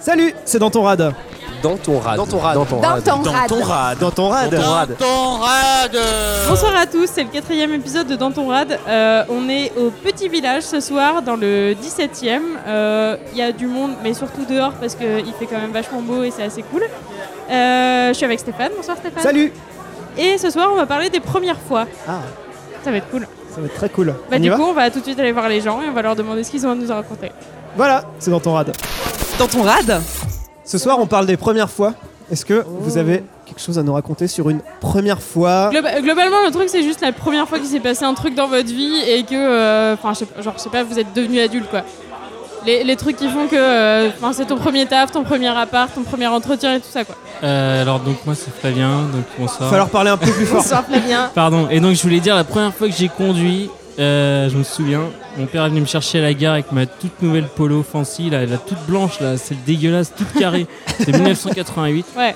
Salut, c'est dans ton rad. Dans ton rad. Dans ton rad. Dans ton Dans rad. ton rad. rad. Dans ton rad. Dans ton rad. Ton rad Bonsoir à tous, c'est le quatrième épisode de Danton Rad. Euh, on est au petit village ce soir, dans le 17 e Il y a du monde, mais surtout dehors parce qu'il fait quand même vachement beau et c'est assez cool. Euh, je suis avec Stéphane, bonsoir Stéphane. Salut. Et ce soir, on va parler des premières fois. Ah, Ça va être cool. ça va être très cool. Bah, on y du va coup, on va tout de suite aller voir les gens et on va leur demander ce qu'ils ont à nous raconter. Voilà, c'est dans ton rad. Dans ton rad Ce soir, on parle des premières fois. Est-ce que vous avez quelque chose à nous raconter sur une première fois Globa- globalement, le truc, c'est juste la première fois qu'il s'est passé un truc dans votre vie et que, euh, enfin, je sais pas- genre, je sais pas, vous êtes devenu adulte, quoi. Les, les trucs qui font que, euh, enfin, c'est ton premier taf, ton premier appart, ton premier entretien et tout ça, quoi. euh, Alors donc moi c'est Flavien, donc Il bonsoir. va falloir parler un peu plus fort. Bonsoir Flavien. Pardon, et donc je voulais dire la première fois que j'ai conduit, euh, je me souviens, mon père est venu me chercher à la gare avec ma toute nouvelle polo fancy, là, la toute blanche, là, celle dégueulasse, toute carrée, de 1988. Ouais.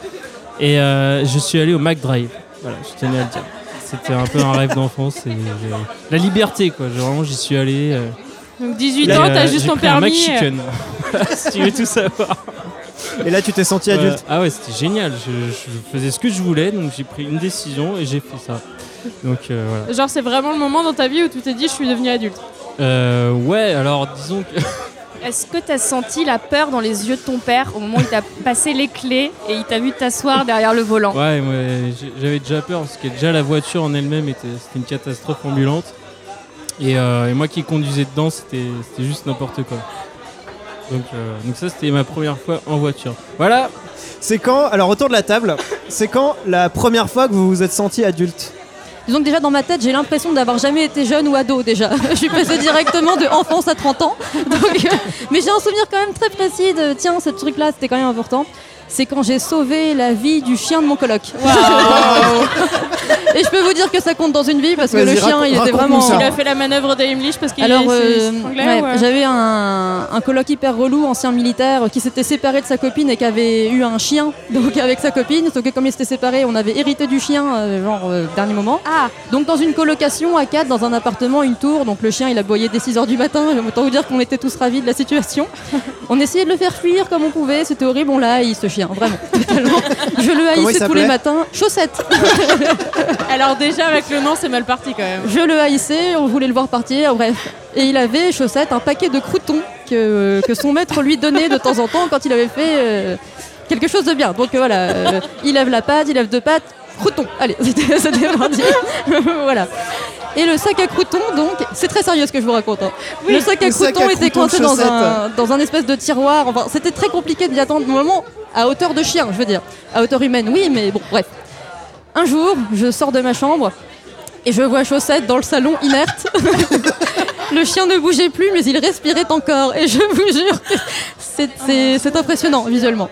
Et euh, je suis allé au Mac Drive, voilà, je tenais à le dire. C'était un peu un rêve d'enfance et j'ai- la liberté quoi, J'ai- vraiment j'y suis allé. euh, Donc 18 et, ans, euh, t'as juste j'ai ton pris un Mac permis. euh, Chicken. si tu veux tout savoir. Et là, tu t'es senti Ouais. adulte. Ah ouais, c'était génial. Je, je faisais ce que je voulais, donc j'ai pris une décision et j'ai fait ça. Donc euh, voilà. Genre, c'est vraiment le moment dans ta vie où tu t'es dit, je suis devenu adulte. Euh, ouais, alors disons que. Est-ce que t'as senti la peur dans les yeux de ton père au moment où il t'a passé les clés et il t'a vu t'asseoir derrière le volant Ouais, ouais, j'ai- j'avais déjà peur parce que déjà la voiture en elle-même était, c'était une catastrophe ambulante. Et, euh, et moi qui conduisais dedans, c'était, c'était juste n'importe quoi. Donc, euh, donc ça, c'était ma première fois en voiture. Voilà. C'est quand, alors autour de la table, c'est quand la première fois que vous vous êtes senti adulte Disons que déjà dans ma tête, j'ai l'impression d'avoir jamais été jeune ou ado déjà. Je suis passée directement de enfance à 30 ans. Donc, euh, mais j'ai un souvenir quand même très précis de tiens, ce truc-là, c'était quand même important. C'est quand j'ai sauvé la vie du chien de mon coloc. Et je peux vous dire que ça compte dans une vie parce que Vas-y, le chien, raconte- il était raconte-nous vraiment. ça. Il a fait la manœuvre d'Heimlich parce qu'il Alors, s'est- euh, s'est stranglé, ouais, ouais. j'avais un, un coloc hyper relou, ancien militaire, qui s'était séparé de sa copine et qui avait eu un chien, donc avec sa copine. Sauf que comme ils s'étaient séparés, on avait hérité du chien, euh, genre euh, dernier moment. Ah. Donc dans une colocation à 4, dans un appartement, une tour. Donc le chien, il aboyait dès 6h du matin. Autant vous dire qu'on était tous ravis de la situation. On essayait de le faire fuir comme on pouvait. C'était horrible. On l'a haï, ce chien, vraiment, totalement. Je le Comment il haïssais tous les s'appelait matins. Chaussette Alors, déjà, avec le nom, c'est mal parti quand même. je le haïssais, on voulait le voir partir, bref. Et il avait, chaussette, un paquet de croutons que, que son maître lui donnait de temps en temps quand il avait fait euh, quelque chose de bien. Donc euh, voilà, euh, il lève la patte, il lève deux pattes, croutons. Allez, c'était c'était parti. voilà. Et le sac à croutons, donc, c'est très sérieux ce que je vous raconte. hein. le sac à le sac croutons à était croutons de coincé dans chaussettes. un, dans un espèce de tiroir. Enfin, c'était très compliqué d'y attendre. Normalement, à hauteur de chien, je veux dire. À hauteur humaine, oui, mais bon, bref. Un jour, je sors de ma chambre et je vois Chaussette dans le salon inerte. le chien ne bougeait plus, mais il respirait encore. Et je vous jure, que c'est- c'est c'est impressionnant visuellement.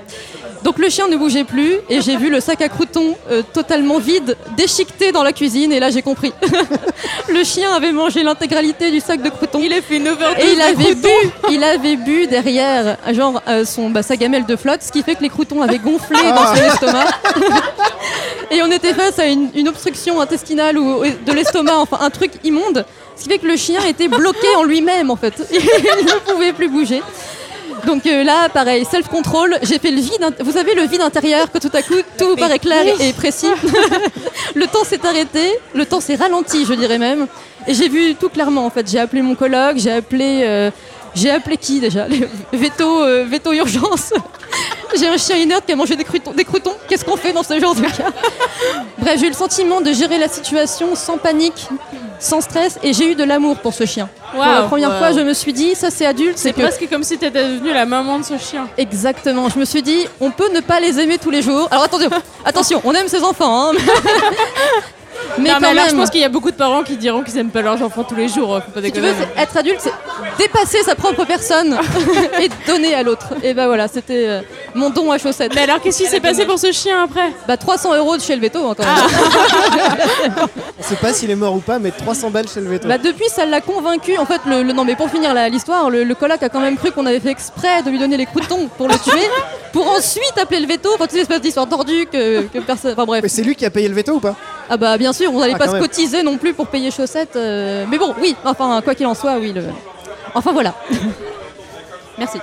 Donc le chien ne bougeait plus et j'ai vu le sac à croutons euh, totalement vide, déchiqueté dans la cuisine. Et là, j'ai compris. le chien avait mangé l'intégralité du sac de croutons. Il a fait une overdose. Et il de avait croûtons. bu, il avait bu derrière, genre euh, son bah, sa gamelle de flotte, ce qui fait que les croutons avaient gonflé Ah. dans son estomac. Et on était face à une, une obstruction intestinale ou ou de l'estomac, enfin un truc immonde, ce qui fait que le chien était bloqué en lui-même en fait. Il ne pouvait plus bouger. Donc euh, là, pareil, self-control. J'ai fait le vide. int- Vous savez, le vide intérieur, que tout à coup, tout vous paraît clair et précis. le temps s'est arrêté, le temps s'est ralenti, je dirais même. Et j'ai vu tout clairement, en fait. J'ai appelé mon colloque, j'ai appelé. euh, j'ai appelé qui déjà Les Veto, euh, veto urgence. j'ai un chien inerte qui a mangé des croutons. Des croutons. Qu'est-ce qu'on fait dans ce genre de cas Bref, j'ai eu le sentiment de gérer la situation sans panique, sans stress, et j'ai eu de l'amour pour ce chien. Pour la Waouh. première fois, je me suis dit, ça c'est adulte, C'est c'est que presque comme si t'étais devenue la maman de ce chien. Exactement, je me suis dit, on peut ne pas les aimer tous les jours. Alors attention, attention, on aime ses enfants, hein, mais- mais Non, quand mais alors, je même, pense qu'il y a beaucoup de parents qui diront qu'ils aiment pas leurs enfants tous les jours. hein, Faut pas si tu déconner. veux c'est- être adulte, c'est dépasser sa propre personne et donner à l'autre. Et ben voilà, c'était euh, mon don à chaussettes. Mais alors, qu'est-ce qui s'est passé pour ce chien après Ah Bah 300 euros de chez le veto encore. On sait pas s'il est mort ou pas, mais 300 balles chez le veto. Bah depuis, ça l'a convaincu. En fait, le, le- non mais pour finir la- l'histoire, le, le coloc a quand même cru qu'on avait fait exprès de lui donner les croutons pour le tuer, pour ensuite appeler le veto. Enfin, toutes ces espèces d'histoires tordues que, que personne. Enfin bref. Mais c'est lui qui a payé le veto ou pas Ah bah bien sûr, on n'allait Ah, pas quand se même. cotiser non plus pour payer chaussettes. euh, Mais bon, oui, enfin quoi qu'il en soit, oui. le- Enfin voilà. Merci.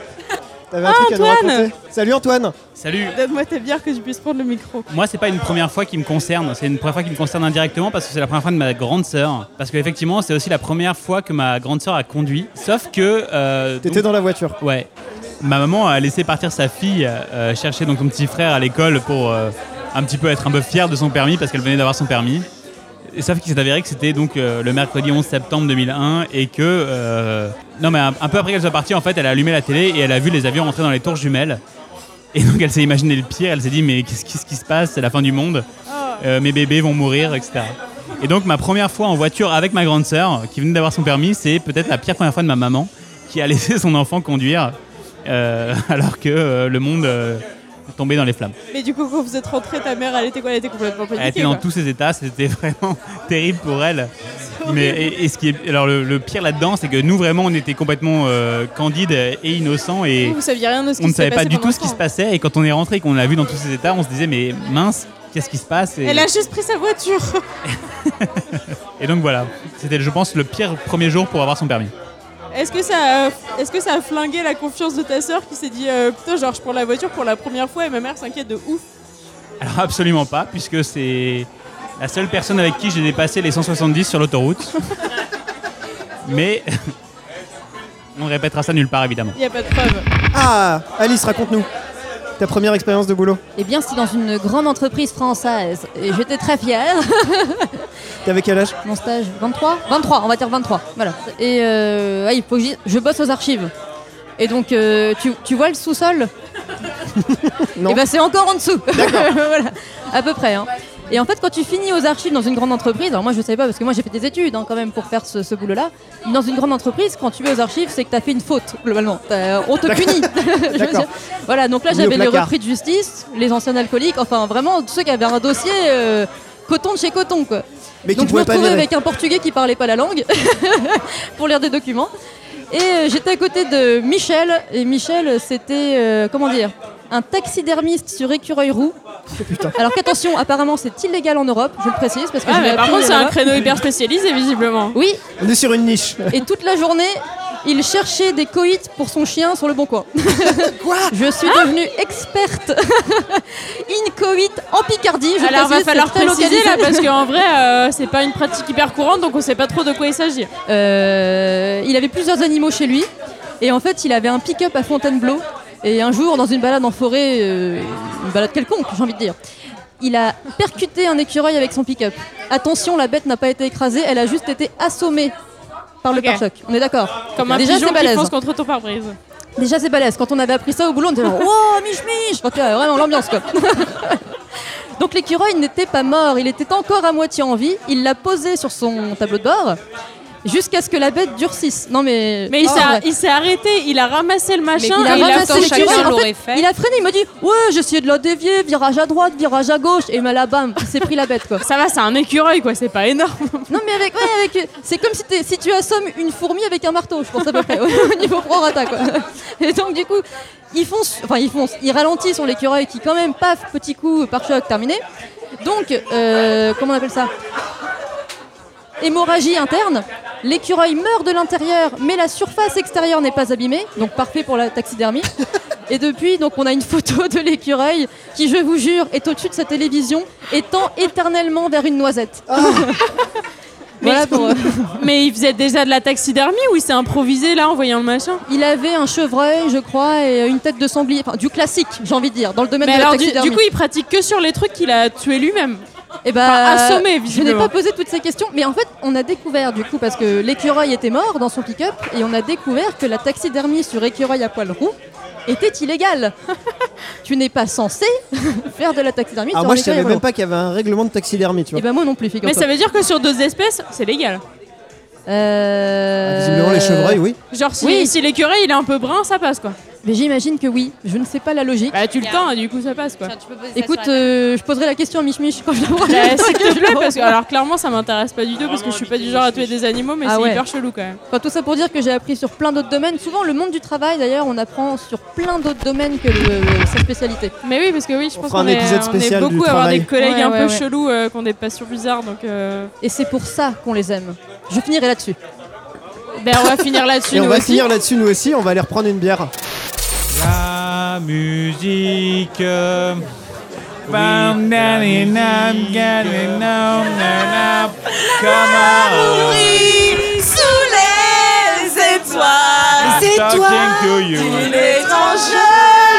T'avais un truc à nous Ah, Antoine raconter Salut Antoine Salut Donne-moi ta bière que je puisse prendre le micro. Moi, c'est pas une première fois qui me concerne, c'est une première fois qui me concerne indirectement parce que c'est la première fois de ma grande sœur. Parce qu'effectivement, c'est aussi la première fois que ma grande sœur a conduit. Sauf que. euh, T'étais dans la voiture. Ouais. Ma maman a laissé partir sa fille euh, chercher donc son petit frère à l'école pour euh, un petit peu être un peu fière de son permis parce qu'elle venait d'avoir son permis. Et sauf qu'il s'est avéré que c'était donc euh, le mercredi 11 septembre 2001 et que euh, non mais un, un peu après qu'elle soit partie en fait elle a allumé la télé et elle a vu les avions rentrer dans les tours jumelles et donc elle s'est imaginé le pire elle s'est dit mais qu'est-ce qu'est-ce qui se passe c'est la fin du monde Euh, mes bébés vont mourir etc et donc ma première fois en voiture avec ma grande sœur qui venait d'avoir son permis c'est peut-être la pire première fois de ma maman qui a laissé son enfant conduire euh, alors que euh, le monde euh, tombait dans les flammes. Mais du coup, quand vous êtes rentré, ta mère, elle était quoi Elle était complètement paniquée. Elle était dans quoi. tous ses états, c'était vraiment terrible pour elle. Mais et, et ce qui est, alors le, le pire là-dedans, c'est que nous vraiment on était complètement euh, candide et innocents et Vous, vous saviez rien de ce on qui ne s'est savait pas passé du pendant tout ce qui se temps. passait. Et quand on est rentré et qu'on l'a vu dans tous ses états, on se disait mais mince, qu'est-ce qui se passe et, Elle a juste pris sa voiture. et donc voilà, c'était je pense le pire premier jour pour avoir son permis. Est-ce que ça, a- est-ce que ça a flingué la confiance de ta sœur qui s'est dit euh, putain genre je prends la voiture pour la première fois et ma mère s'inquiète de ouf. Alors absolument pas, puisque c'est la seule personne avec qui j'ai dépassé les 170 sur l'autoroute. Mais on ne répétera ça nulle part évidemment. Il y a pas de preuve. Ah Alice, raconte-nous ta première expérience de boulot. Eh bien, c'était dans une grande entreprise française. Et j'étais très fière. T'avais quel âge Mon stage, 23 23, on va dire 23. Voilà. Et euh, ouais, il faut que j'y- je bosse aux archives. Et donc, euh, tu, tu vois le sous-sol Non. Et ben, c'est encore en dessous. voilà, à peu près. hein. Et en fait, quand tu finis aux archives dans une grande entreprise, alors moi je ne savais pas parce que moi j'ai fait des études hein, quand même pour faire ce, ce boulot-là. Dans une grande entreprise, quand tu vas aux archives, c'est que tu as fait une faute globalement. T'as- On te punit. Je veux D'accord. dire. Voilà, donc là Mis au j'avais les placard. repris de justice, les anciens alcooliques, enfin vraiment tous ceux qui avaient un dossier euh, coton de chez coton quoi. Mais qui Donc je me pouvait pas retrouvais virer. avec un portugais qui parlait pas la langue pour lire des documents. Et euh, j'étais à côté de Michel. Et Michel, c'était, euh, comment dire, un taxidermiste sur écureuil roux. Oh, putain. Alors qu'attention, apparemment c'est illégal en Europe, je le précise, parce que je Ah l'ai mais par appris contre c'est là-bas. un créneau hyper spécialisé visiblement. Oui, On est sur une niche. et toute la journée, il cherchait des coïts pour son chien sur le bon coin. Quoi Je suis devenue experte in coït en Picardie. Je Alors précise, va falloir c'est très préciser là localisé. parce qu'en vrai euh, c'est pas une pratique hyper courante donc on sait pas trop de quoi il s'agit. Euh, il avait plusieurs animaux chez lui. Et en fait, il avait un pick-up à Fontainebleau. Et un jour, dans une balade en forêt, euh, une balade quelconque, j'ai envie de dire, il a percuté un écureuil avec son pick-up. Attention, la bête n'a pas été écrasée, elle a juste été assommée par le Ok. pare-choc. On est d'accord Comme un Déjà, pigeon c'est qui balèze. fonce contre ton pare-brise. Déjà, c'est balèze. Quand on avait appris ça au boulot, on était genre, oh, mich, mich Enfin, tu vois, vraiment l'ambiance, quoi. Donc, l'écureuil n'était pas mort. Il était encore à moitié en vie. Il l'a posé sur son tableau de bord jusqu'à ce que la bête durcisse. Non, mais. Mais il Oh, s'est- ouais. il s'est arrêté, il a ramassé le machin il a et il ramassé a le torché. tuyau. en fait, l'aurait fait. Il a freiné, il m'a dit Ouais, j'essayais de la dévier, virage à droite, virage à gauche. Et là, bam, il s'est pris la bête, quoi. Ça va, c'est un écureuil quoi, c'est pas énorme. Non, mais avec. Ouais, avec c'est comme si, t'es- si tu assommes une fourmi avec un marteau, je pense à peu près, au niveau prorata, quoi. Et donc, du coup, ils foncent, enfin, ils foncent, ils ralentissent sur l'écureuil qui, quand même, paf, petit coup, par choc, terminé. Donc, euh, comment on appelle ça Hémorragie interne. L'écureuil meurt de l'intérieur, mais la surface extérieure n'est pas abîmée, donc parfait pour la taxidermie. Et depuis, donc, on a une photo de l'écureuil qui, je vous jure, est au-dessus de sa télévision et tend éternellement vers une noisette. voilà pour. euh, Mais il faisait déjà de la taxidermie ou il s'est improvisé là en voyant le machin Il avait un chevreuil, je crois, et une tête de sanglier. Enfin, du classique, j'ai envie de dire, dans le domaine Mais de alors la du, taxidermie. du coup il pratique que sur les trucs qu'il a tué lui-même. Eh ben, Enfin, assommé, je n'ai visiblement. pas posé toutes ces questions, mais en fait, on a découvert du coup parce que l'écureuil était mort dans son pick-up et on a découvert que la taxidermie sur écureuil à poil roux était illégale. tu n'es pas censé faire de la taxidermie Alors sur Ah, moi l'écureuil je à savais poil même pas qu'il y avait un règlement de taxidermie, tu roux. Eh vois. ben moi non plus, Mais figure-toi. ça veut dire que sur deux espèces, c'est légal. Euh, Ah, Visiblement les chevreuils, oui. Genre si, Oui. si l'écureuil il est un peu brun, ça passe quoi. Mais j'imagine que oui. Je ne sais pas la logique. Bah tu le tends et du coup ça passe quoi. Tiens, tu peux poser ça Écoute, sur la euh, je poserai la question à Mich Mich quand je la vois. Bah, c'est que je l'ai parce que alors clairement ça m'intéresse pas du tout parce que je suis pas du genre à tuer des animaux mais Ah c'est ouais. hyper chelou quand même. Enfin, tout ça pour dire que j'ai appris sur plein d'autres domaines. Souvent, le monde du travail, d'ailleurs, on apprend sur plein d'autres domaines que le- sa spécialité. Mais oui parce que oui je On pense fera un qu'on est, épisode on est spécial du beaucoup à avoir travail. des collègues Ouais, un ouais, peu ouais. chelous euh, qui ont des passions bizarres donc euh, Et c'est pour ça qu'on les aime. Je finirai là-dessus. ben, on va finir là-dessus. Et on nous va aussi. finir là-dessus nous aussi, on va aller reprendre une bière. La musique. sous les Ah, étoiles. Une étrange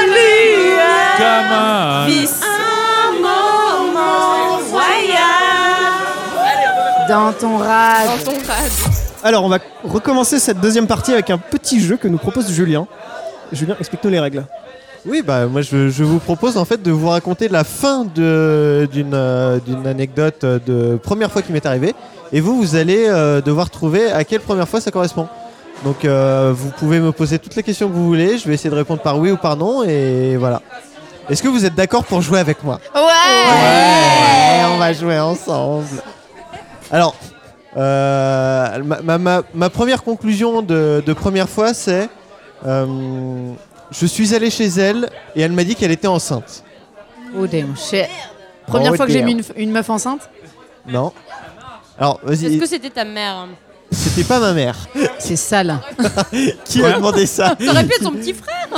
lueur visse un moment royal dans ton rad. Dans ton crâne. Alors, on va recommencer cette deuxième partie avec un petit jeu que nous propose Julien. Julien, explique-nous les règles. Oui, bah moi je, je vous propose en fait de vous raconter la fin de- d'une euh, d'une anecdote euh, de première fois qui m'est arrivée. Et vous, vous allez euh, devoir trouver à quelle première fois ça correspond. Donc euh, vous pouvez me poser toutes les questions que vous voulez, je vais essayer de répondre par oui ou par non, et voilà. Est-ce que vous êtes d'accord pour jouer avec moi Ouais. Ouais, on va jouer ensemble. Alors, euh, ma, ma- ma- ma première conclusion de, de première fois, c'est euh, je suis allé chez elle et elle m'a dit qu'elle était enceinte. Oh damn shit. Première Oh, fois que j'ai damn. mis une, une meuf enceinte. Non. Alors, Est-ce vas-y, que c'était ta mère hein? c'était pas ma mère. C'est sale. Qui a demandé ça Ça aurait pu être son petit frère.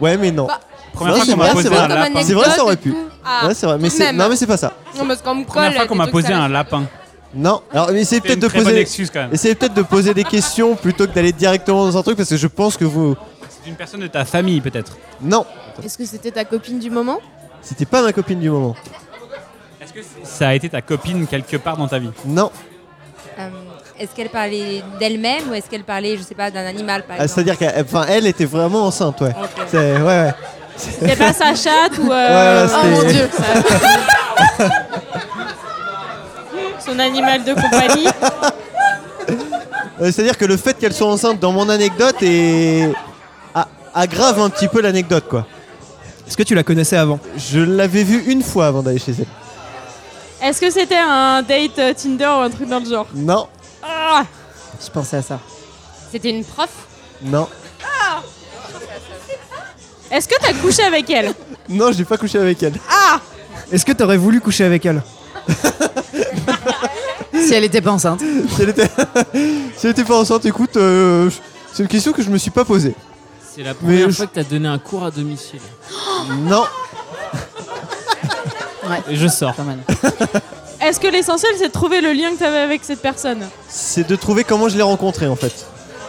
Ouais, mais non. Première Non, fois c'est qu'on m'a vrai, posé c'est vrai. un Comme lapin. C'est vrai, ça aurait pu. Ah, Ouais, c'est vrai, mais tout de c'est même. non, mais c'est pas ça. non, parce qu'en Première fois qu'on m'a posé un lapin. Non. Alors, mais c'est C'est peut-être une de très bonne poser. excuse quand même. Essayez peut-être de poser des questions plutôt que d'aller directement dans un truc parce que je pense que vous. C'est une personne de ta famille peut-être. Non, Est-ce que c'était ta copine du moment c'était pas ma copine du moment. Est-ce que ça a été ta copine quelque part dans ta vie Non. Euh, est-ce qu'elle parlait d'elle-même ou est-ce qu'elle parlait, je sais pas, d'un animal Bah, par Ah, exemple C'est-à-dire qu'elle enfin, elle était vraiment enceinte, ouais. Ok. C'est- ouais, ouais. C'est pas sa chatte ou. Voilà, euh, c'était- oh mon dieu Son animal de compagnie. Euh, C'est-à-dire que le fait qu'elle soit enceinte dans mon anecdote est... a- aggrave un petit peu l'anecdote, quoi. Est-ce que tu la connaissais avant Je l'avais vue une fois avant d'aller chez elle. Est-ce que c'était un date euh, Tinder ou un truc dans le genre Non, Ah Je pensais à ça. C'était une prof non. Est-ce que t'as couché avec elle Ah Non, j'ai pas couché avec elle. Est-ce que t'aurais voulu coucher avec elle Si elle était pas enceinte. Si elle était, si elle était pas enceinte, écoute, euh, je- c'est une question que je me suis pas posée. C'est la première je- fois que t'as donné un cours à domicile. Non, Et je sors. Pas mal. Est-ce que l'essentiel c'est de trouver le lien que t'avais avec cette personne c'est de trouver comment je l'ai rencontrée, en fait.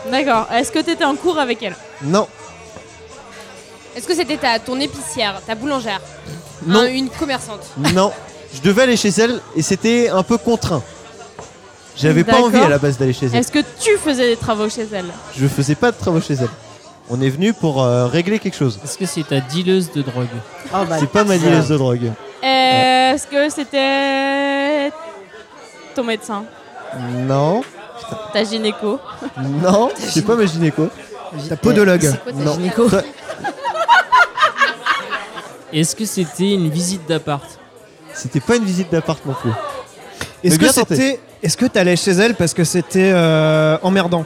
D'accord. Est-ce que t'étais en cours avec elle Non, Est-ce que c'était ta, ton épicière, ta boulangère Non. Un- Une commerçante non. Je devais aller chez elle et c'était un peu contraint. J'avais pas D'accord. envie à la base d'aller chez elle. Est-ce que tu faisais des travaux chez elle Je faisais pas de travaux chez elle. On est venu pour euh, régler quelque chose. Est-ce que c'est ta dealeuse de drogue Oh, bah, Ah, C'est pas ma dealeuse de drogue. Est-ce que c'était. ton médecin Non, Ta gynéco non, c'est pas ma gynéco. Ta podologue. Quoi, ta Non. gynéco Toi- Est-ce que c'était une visite d'appart C'était pas une visite d'appart non plus. Est-ce Mais que bien tenté. c'était. Est-ce que t'allais chez elle parce que c'était euh, emmerdant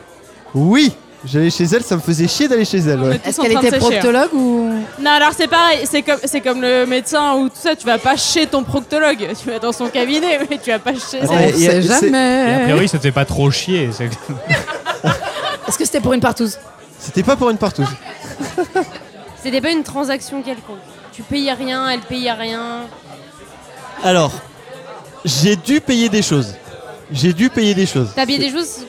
Oui, j'allais chez elle, ça me faisait chier d'aller chez elle. On Ouais. tous Est-ce en qu'elle train de était sécher, hein. proctologue ou. Non, alors c'est pareil, c'est comme, c'est comme le médecin ou tout ça, tu vas pas chez ton proctologue, tu vas dans son cabinet, mais tu vas pas chez Attends, On il y sait a- c'est- Et a jamais. priori, ça te fait pas trop chier. c'est- Est-ce que c'était pour une partouze C'était pas pour une partouze. C'était pas une transaction quelconque. Tu payais rien, elle payait rien. Alors, j'ai dû payer des choses. J'ai dû payer des choses. T'as bien des choses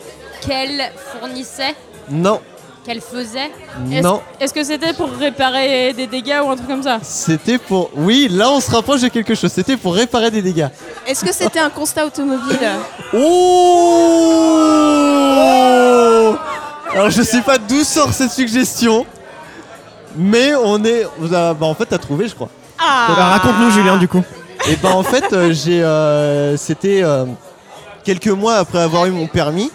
qu'elle fournissait, Non, qu'elle faisait. Est-ce- non, Est-ce que c'était pour réparer des dégâts ou un truc comme ça c'était pour. Oui, là on se rapproche de quelque chose. C'était pour réparer des dégâts. Est-ce que c'était un constat automobile Oh Alors je sais pas d'où sort cette suggestion, mais on est. vous avez- bah, en fait, t'as trouvé, je crois. Bah, Raconte-nous, Julien, du coup. Et bah en fait, euh, j'ai. euh, C'était euh, quelques mois après avoir eu mon permis.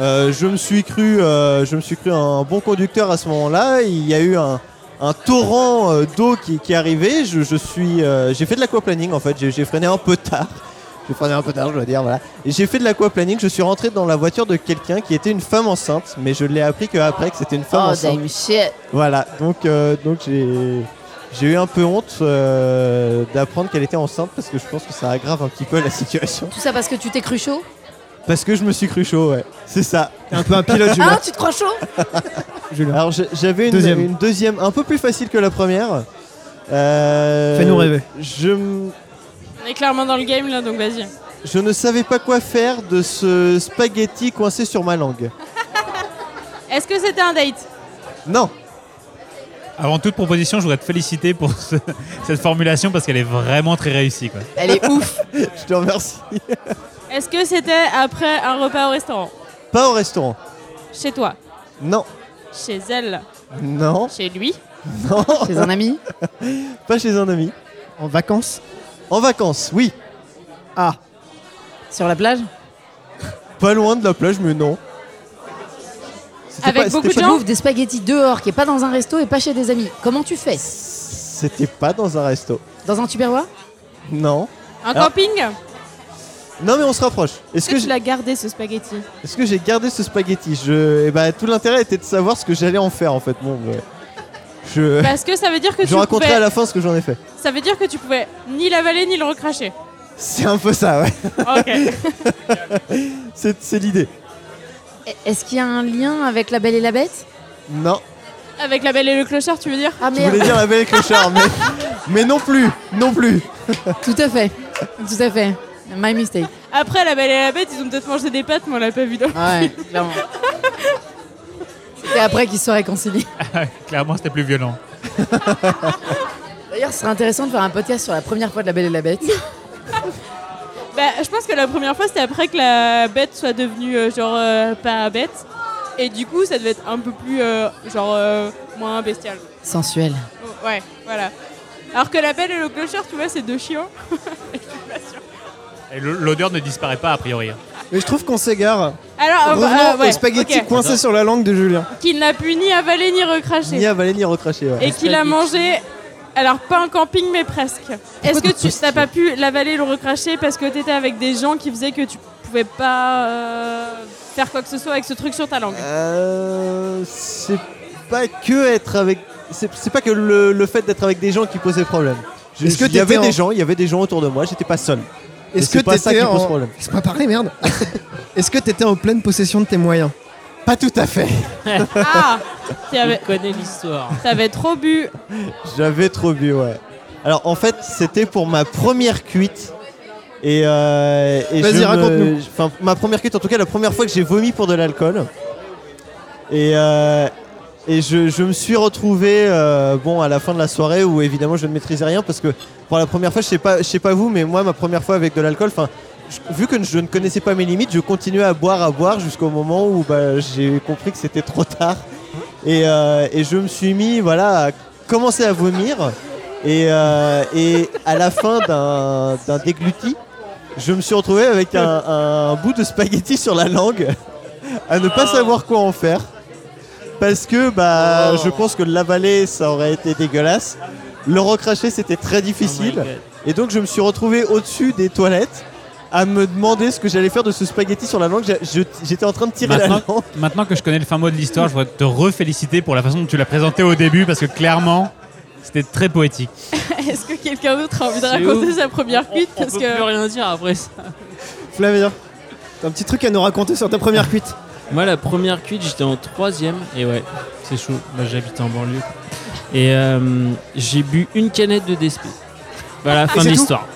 Euh, je me suis cru, euh, je me suis cru un bon conducteur à ce moment-là. Il y a eu un, un torrent euh, d'eau qui, qui est arrivé. Je, je suis, euh, j'ai fait de l'aquaplaning en fait. J'ai j'ai freiné un peu tard. J'ai freiné un peu tard, je dois dire voilà. Et j'ai fait de l'aquaplaning. Je suis rentré dans la voiture de quelqu'un qui était une femme enceinte, mais je l'ai appris qu'après que c'était une femme Oh, enceinte. damn shit. Voilà. Donc, euh, donc j'ai, j'ai eu un peu honte euh, d'apprendre qu'elle était enceinte parce que je pense que ça aggrave un petit peu la situation. Tout ça parce que tu t'es cru chaud Parce que je me suis cru chaud, ouais. C'est ça. Hein T'es un peu un pilote, Julien. Ah, tu te crois chaud Julien. Alors j'ai- j'avais une Deuxième. deuxième. une deuxième un peu plus facile que la première. Euh, Fais-nous rêver. Je, m- On est clairement dans le game là, donc vas-y. je ne savais pas quoi faire de ce spaghetti coincé sur ma langue. Est-ce que c'était un date Non, Avant toute proposition, je voudrais te féliciter pour ce- cette formulation parce qu'elle est vraiment très réussie. Quoi. Elle est ouf. je te remercie. Est-ce que c'était après un repas au restaurant Pas au restaurant. Chez toi Non, Chez elle non, Chez lui non. Chez un ami Pas chez un ami. En vacances En vacances, oui. Ah, Sur la plage Pas loin de la plage, mais non. C'était Avec pas- beaucoup Tu c'était pas- bouffes des spaghettis dehors qui est pas dans un resto et pas chez des amis. Comment tu fais C'était pas dans un resto. Dans un tupperware Non. Un Alors- camping Non, mais on se rapproche. Est-ce Est-ce que que tu j'ai- l'as gardé ce spaghetti est-ce que j'ai gardé ce spaghetti Je, eh ben, tout l'intérêt était de savoir ce que j'allais en faire en fait. Bon, mais- je, Bah, Parce que ça veut dire que tu Euh. je raconterai pouvais... à la fin ce que j'en ai fait. Ça veut dire que tu pouvais ni l'avaler ni le recracher. C'est un peu ça, ouais. Ok. C'est c'est l'idée. E-, Est-ce qu'il y a un lien avec la belle et la bête Non, Avec la belle et le clochard, tu veux dire Ah je voulais dire la belle et le clochard, mais, mais non plus, non plus. Tout à fait. Tout à fait. My mistake. Après, la belle et la bête, ils ont peut-être mangé des pâtes, mais on l'a pas vu. donc. Ouais, clairement. C'était après qu'ils se sont réconciliés. Clairement, c'était plus violent. D'ailleurs, ce serait intéressant de faire un podcast sur la première fois de la belle et la bête. Bah, je pense que la première fois, c'était après que la bête soit devenue euh, genre euh, pas bête. Et du coup, ça devait être un peu plus euh, genre euh, moins bestial. Sensuel. Oh, ouais, voilà. Alors que la belle et le clochard, tu vois, c'est deux chiens. Et le- L'odeur ne disparaît pas a priori. hein. mais je trouve qu'on s'égare. Alors, euh, Revenons bah, euh, ouais, aux spaghettis ok. coincés sur la langue de Julien. Qu'il n'a pu ni avaler ni recracher. Ni avaler ni recracher. ouais. Et qu'il a mangé. Alors, pas en camping, mais presque. Est-ce que tu n'as pas pu l'avaler, le recracher parce que tu étais avec des gens qui faisaient que tu pouvais pas euh, faire quoi que ce soit avec ce truc sur ta langue Euh, c'est pas que être avec. C'est c'est pas que le, le fait d'être avec des gens qui posait problème. Je- Est-ce que il y avait t'étais en- des gens, il y avait des gens autour de moi, j'étais pas seul. Est-ce que c'est pas ça t'étais qui pose en- problème. Laisse-moi parler, merde. Est-ce que t'étais en pleine possession de tes moyens Pas tout à fait. Ah Tu avais- connais l'histoire. T'avais trop bu. J'avais trop bu, ouais. Alors en fait, c'était pour ma première cuite. Et, euh, et Vas-y, je me- raconte-nous. Enfin, ma première cuite, en tout cas, la première fois que j'ai vomi pour de l'alcool. Et, euh, et je, je me suis retrouvé, euh, bon, à la fin de la soirée où évidemment je ne maîtrisais rien parce que pour la première fois, je sais pas, je sais pas vous, mais moi, ma première fois avec de l'alcool, enfin, je- vu que je ne connaissais pas mes limites, je continuais à boire, à boire jusqu'au moment où bah, j'ai compris que c'était trop tard. Et, euh, et je me suis mis, voilà, à commencer à vomir. Et, euh, et à la fin d'un d'un dégluti, je me suis retrouvé avec un, un bout de spaghetti sur la langue, à ne pas savoir quoi en faire. Parce que bah, je pense que l'avaler, ça aurait été dégueulasse. Le recracher, c'était très difficile. Et donc je me suis retrouvé au-dessus des toilettes à me demander ce que j'allais faire de ce spaghetti sur la langue. J'a- je- J'étais en train de tirer la Maintenant, langue. maintenant que je connais le fin mot de l'histoire, je voudrais te reféliciter pour la façon dont tu l'as présenté au début parce que clairement, c'était très poétique. Est-ce que quelqu'un d'autre a envie de C'est raconter ouf. sa première On, cuite on Parce peut que plus rien dire après ça. Flavien, t'as un petit truc à nous raconter sur ta première cuite Moi, la première cuite, j'étais en troisième. Et ouais, c'est chaud. Moi, j'habite en banlieue. Et euh, j'ai bu une canette de DSP. Voilà, Bah, fin de Ah, c'est tout l'histoire.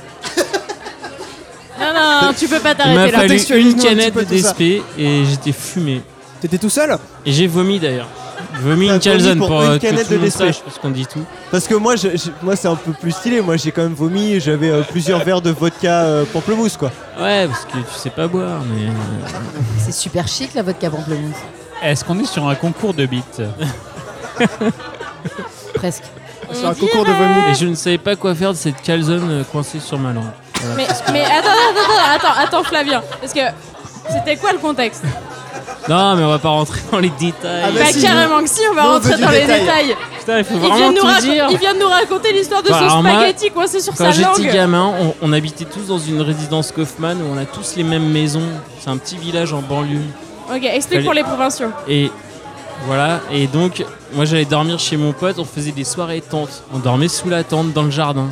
non, non, non, tu peux pas Il m'a t'arrêter là. fallu une Contextualise-nous un petit canette peu de tout ça. DSP et j'étais fumé. T'étais tout seul Et j'ai vomi d'ailleurs. J'ai Vomi T'as une calzone vomi pour, pour euh, une que canette tout le de monde DSP. sache, parce qu'on dit tout. Parce que moi, je- je- moi c'est un peu plus stylé. Moi, j'ai quand même vomi. J'avais euh, plusieurs verres de vodka euh, pamplemousse, quoi. Ouais, parce que tu sais pas boire, mais. euh, C'est super chic la vodka pamplemousse. Est-ce qu'on est sur un concours de bits Presque. C'est un concours de vomi. Et je ne savais pas quoi faire de cette calzone euh, coincée sur ma langue. Voilà. Mais, mais attends, attends, attends, attends, attends, Flavien. Parce que c'était quoi le contexte Non, mais on va pas rentrer dans les détails. Ah, bah, Bah, si, carrément que si, on va Non, on veut rentrer du dans les détail. détails. Putain, il faut Il vraiment vient, de nous tout rac- dire. il vient de nous raconter l'histoire de Bah, son alors moi, spaghetti coincé sur Quand sa langue. j'étais gamin, on, on habitait tous dans une résidence Kaufman où on a tous les mêmes maisons. C'est un petit village en banlieue. Ok, explique pour les provinciaux. Et voilà, et donc moi j'allais dormir chez mon pote, on faisait des soirées tentes. On dormait sous la tente dans le jardin.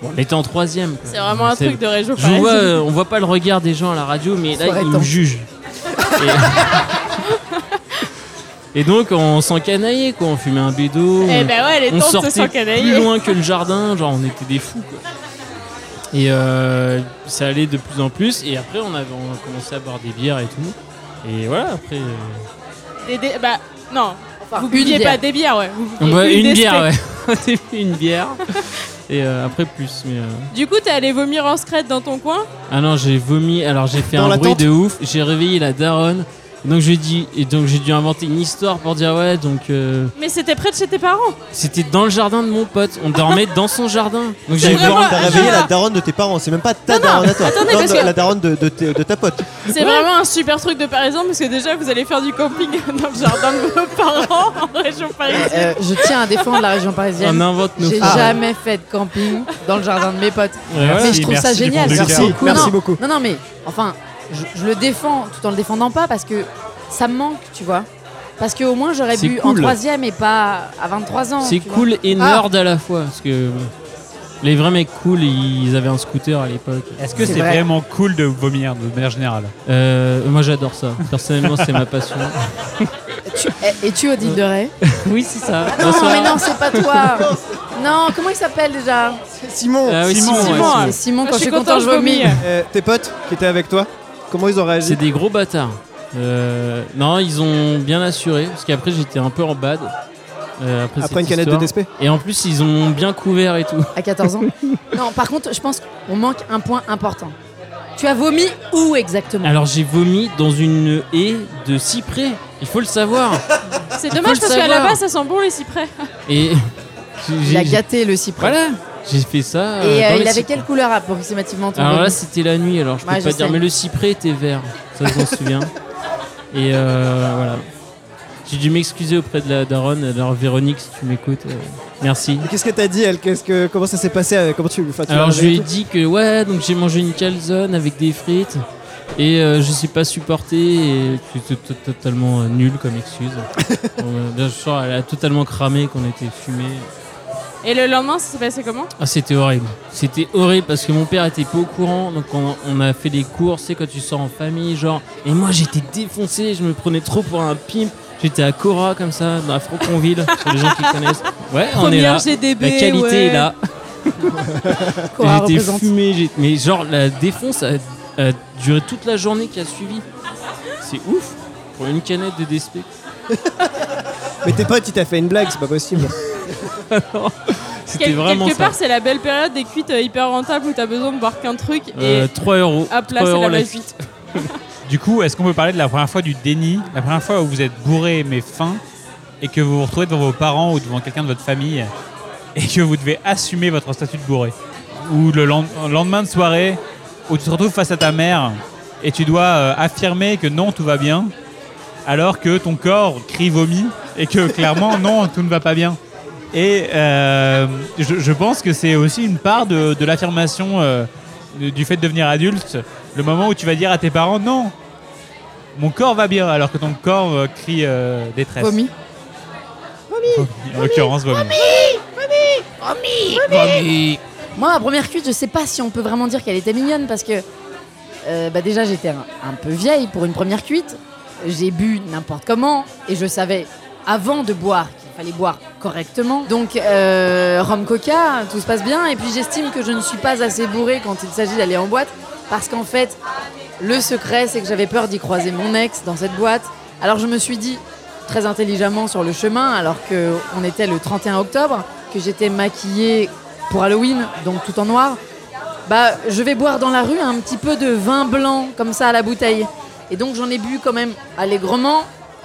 Bon, on était en troisième. quoi. C'est vraiment un C'est- truc de hein. région Je vois, parisienne. euh, on voit pas le regard des gens à la radio, mais là Soirée ils me tente. jugent. Et- Et, Et donc, on s'encanaillait, quoi. On fumait un bédo. Eh on- ben ouais, les on tentes se sortait sont plus loin que le jardin, genre on était des fous quoi. Et euh, ça allait de plus en plus, et après on, avait, on a commencé à boire des bières et tout. Et voilà, après. euh, Des- des- bah, non. vous une buviez bière. pas des bières, ouais. Vous buviez on boit plus une des bière, steaks. ouais. Au début, une bière. Et euh, après plus, mais. euh, Du coup, t'es allé vomir en secrète dans ton coin Ah non, j'ai vomi, alors j'ai fait Dans un la bruit tente de ouf, j'ai réveillé la daronne. Et donc j'ai dit, et donc j'ai dû inventer une histoire pour dire ouais, donc euh, Mais c'était près de chez tes parents. c'était dans le jardin de mon pote, on dormait dans son jardin. Donc T'as j'ai vraiment- t'as réveillé la daronne de tes parents, c'est même pas ta daronne à toi. attendez, Non, parce de- que- La daronne de, de tes- de ta pote. C'est vraiment un super truc de parisien parce que déjà, vous allez faire du camping dans le jardin de vos parents en région parisienne. Euh, je tiens à défendre la région on parisienne. invente nos J'ai femmes. jamais fait de camping dans le jardin de mes potes. Ouais, voilà. mais je trouve ça merci du génial. fond du c'est cœur. trop cool. Merci Non, beaucoup. Non, non, mais enfin, je, je le défends tout en le défendant pas parce que ça me manque, tu vois. Parce qu'au moins j'aurais C'est bu en cool. troisième et pas à 23 ans. C'est tu vois. Ah. cool et nerd à la fois. Parce que les vrais mecs cool, ils avaient un scooter à l'époque. Est-ce que C'est c'est vrai. vraiment cool de vomir de manière générale Euh, moi j'adore ça. Personnellement, c'est ma passion. Tu- eh, et- Et tu, Odile de Ray Oui, c'est ça. Non, mais non, c'est pas toi. non, comment il s'appelle déjà Oh, Simon, Ah oui, Simon, Simon, hein. ouais, ouais, Simon, Simon. c'est Simon, Moi, quand je suis content, je vomis. euh, tes potes qui étaient avec toi, comment ils ont réagi C'est des gros bâtards. Euh, non, ils ont bien assuré. Parce qu'après, j'étais un peu en bad. euh, après Après une cette canette de histoire. TSP Et en plus, ils ont bien couvert et tout. À 14 ans Non, par contre, je pense qu'on manque un point important. Tu as vomi où exactement Alors, j'ai vomi dans une haie de cyprès. Il faut le savoir. C'est Ah, faut dommage le parce qu'à la savoir. base, ça sent bon les cyprès. Et. j'ai- Il a j'ai- gâté le cyprès. Voilà, j'ai fait ça. euh, Et euh, dans les il avait cyprès. quelle couleur approximativement ton Alors là, vomi c'était la nuit, alors je peux Ouais, pas je dire, sais. mais le cyprès était vert, ça je m'en souviens. Et euh, voilà. J'ai dû m'excuser auprès de la daronne, alors Véronique, si tu m'écoutes, euh, merci. Qu'est-ce que t'as dit elle Qu'est-ce que comment ça s'est passé euh, Comment tu, enfin, tu Alors l'as je lui ai réveillée dit que ouais, donc j'ai mangé une calzone avec des frites et euh, je suis pas supporté et que c'était to- totalement euh, nul comme excuse. Bon, euh, bien sûr, elle a totalement cramé qu'on était fumé. Et le lendemain, ça s'est passé comment Ah, c'était horrible. C'était horrible parce que mon père était pas au courant, donc on, on a fait les courses, c'est quand tu sors en famille, genre. Et moi j'étais défoncé, je me prenais trop pour un pimp. J'étais à Cora comme ça, dans la Froconville, pour les gens qui connaissent. Ouais, on est là. Première GDB. La qualité ouais. est là. Et Cora J'étais représente. fumé, j'ai- mais genre la défonce a, a duré toute la journée qui a suivi. C'est ouf pour une canette de DSP. Mais tes potes, ils t'ont fait une blague, c'est pas possible. C'était Quel- vraiment quelque ça. part, c'est la belle période des cuites euh, hyper rentables où t'as besoin de boire qu'un truc Euh, et 3 euros. à 3 plat, c'est la euros la magie. cuite. Du coup, est-ce qu'on peut parler de la première fois du déni La première fois où vous êtes bourré mais faim et que vous vous retrouvez devant vos parents ou devant quelqu'un de votre famille et que vous devez assumer votre statut de bourré. Ou le lend- lendemain de soirée où tu te retrouves face à ta mère et tu dois euh, affirmer que non, tout va bien alors que ton corps crie vomi et que clairement non, tout ne va pas bien. Et euh, je, je pense que c'est aussi une part de, de l'affirmation euh, de- du fait de devenir adulte, le moment où tu vas dire à tes parents non, mon corps va bien, alors que ton corps euh, crie euh, détresse. Vomi. Vomi, En l'occurrence, vomi. Moi, ma première cuite, je sais pas si on peut vraiment dire qu'elle était mignonne parce que euh, bah déjà j'étais un, un peu vieille pour une première cuite. J'ai bu n'importe comment et je savais avant de boire qu'il fallait boire correctement. Donc euh, rhum coca, tout se passe bien. Et puis j'estime que je ne suis pas assez bourrée quand il s'agit d'aller en boîte parce qu'en fait le secret c'est que j'avais peur d'y croiser mon ex dans cette boîte. Alors je me suis dit très intelligemment sur le chemin alors que on était le 31 octobre que j'étais maquillée pour Halloween, donc tout en noir, bah je vais boire dans la rue un petit peu de vin blanc comme ça à la bouteille. Et donc j'en ai bu quand même allègrement.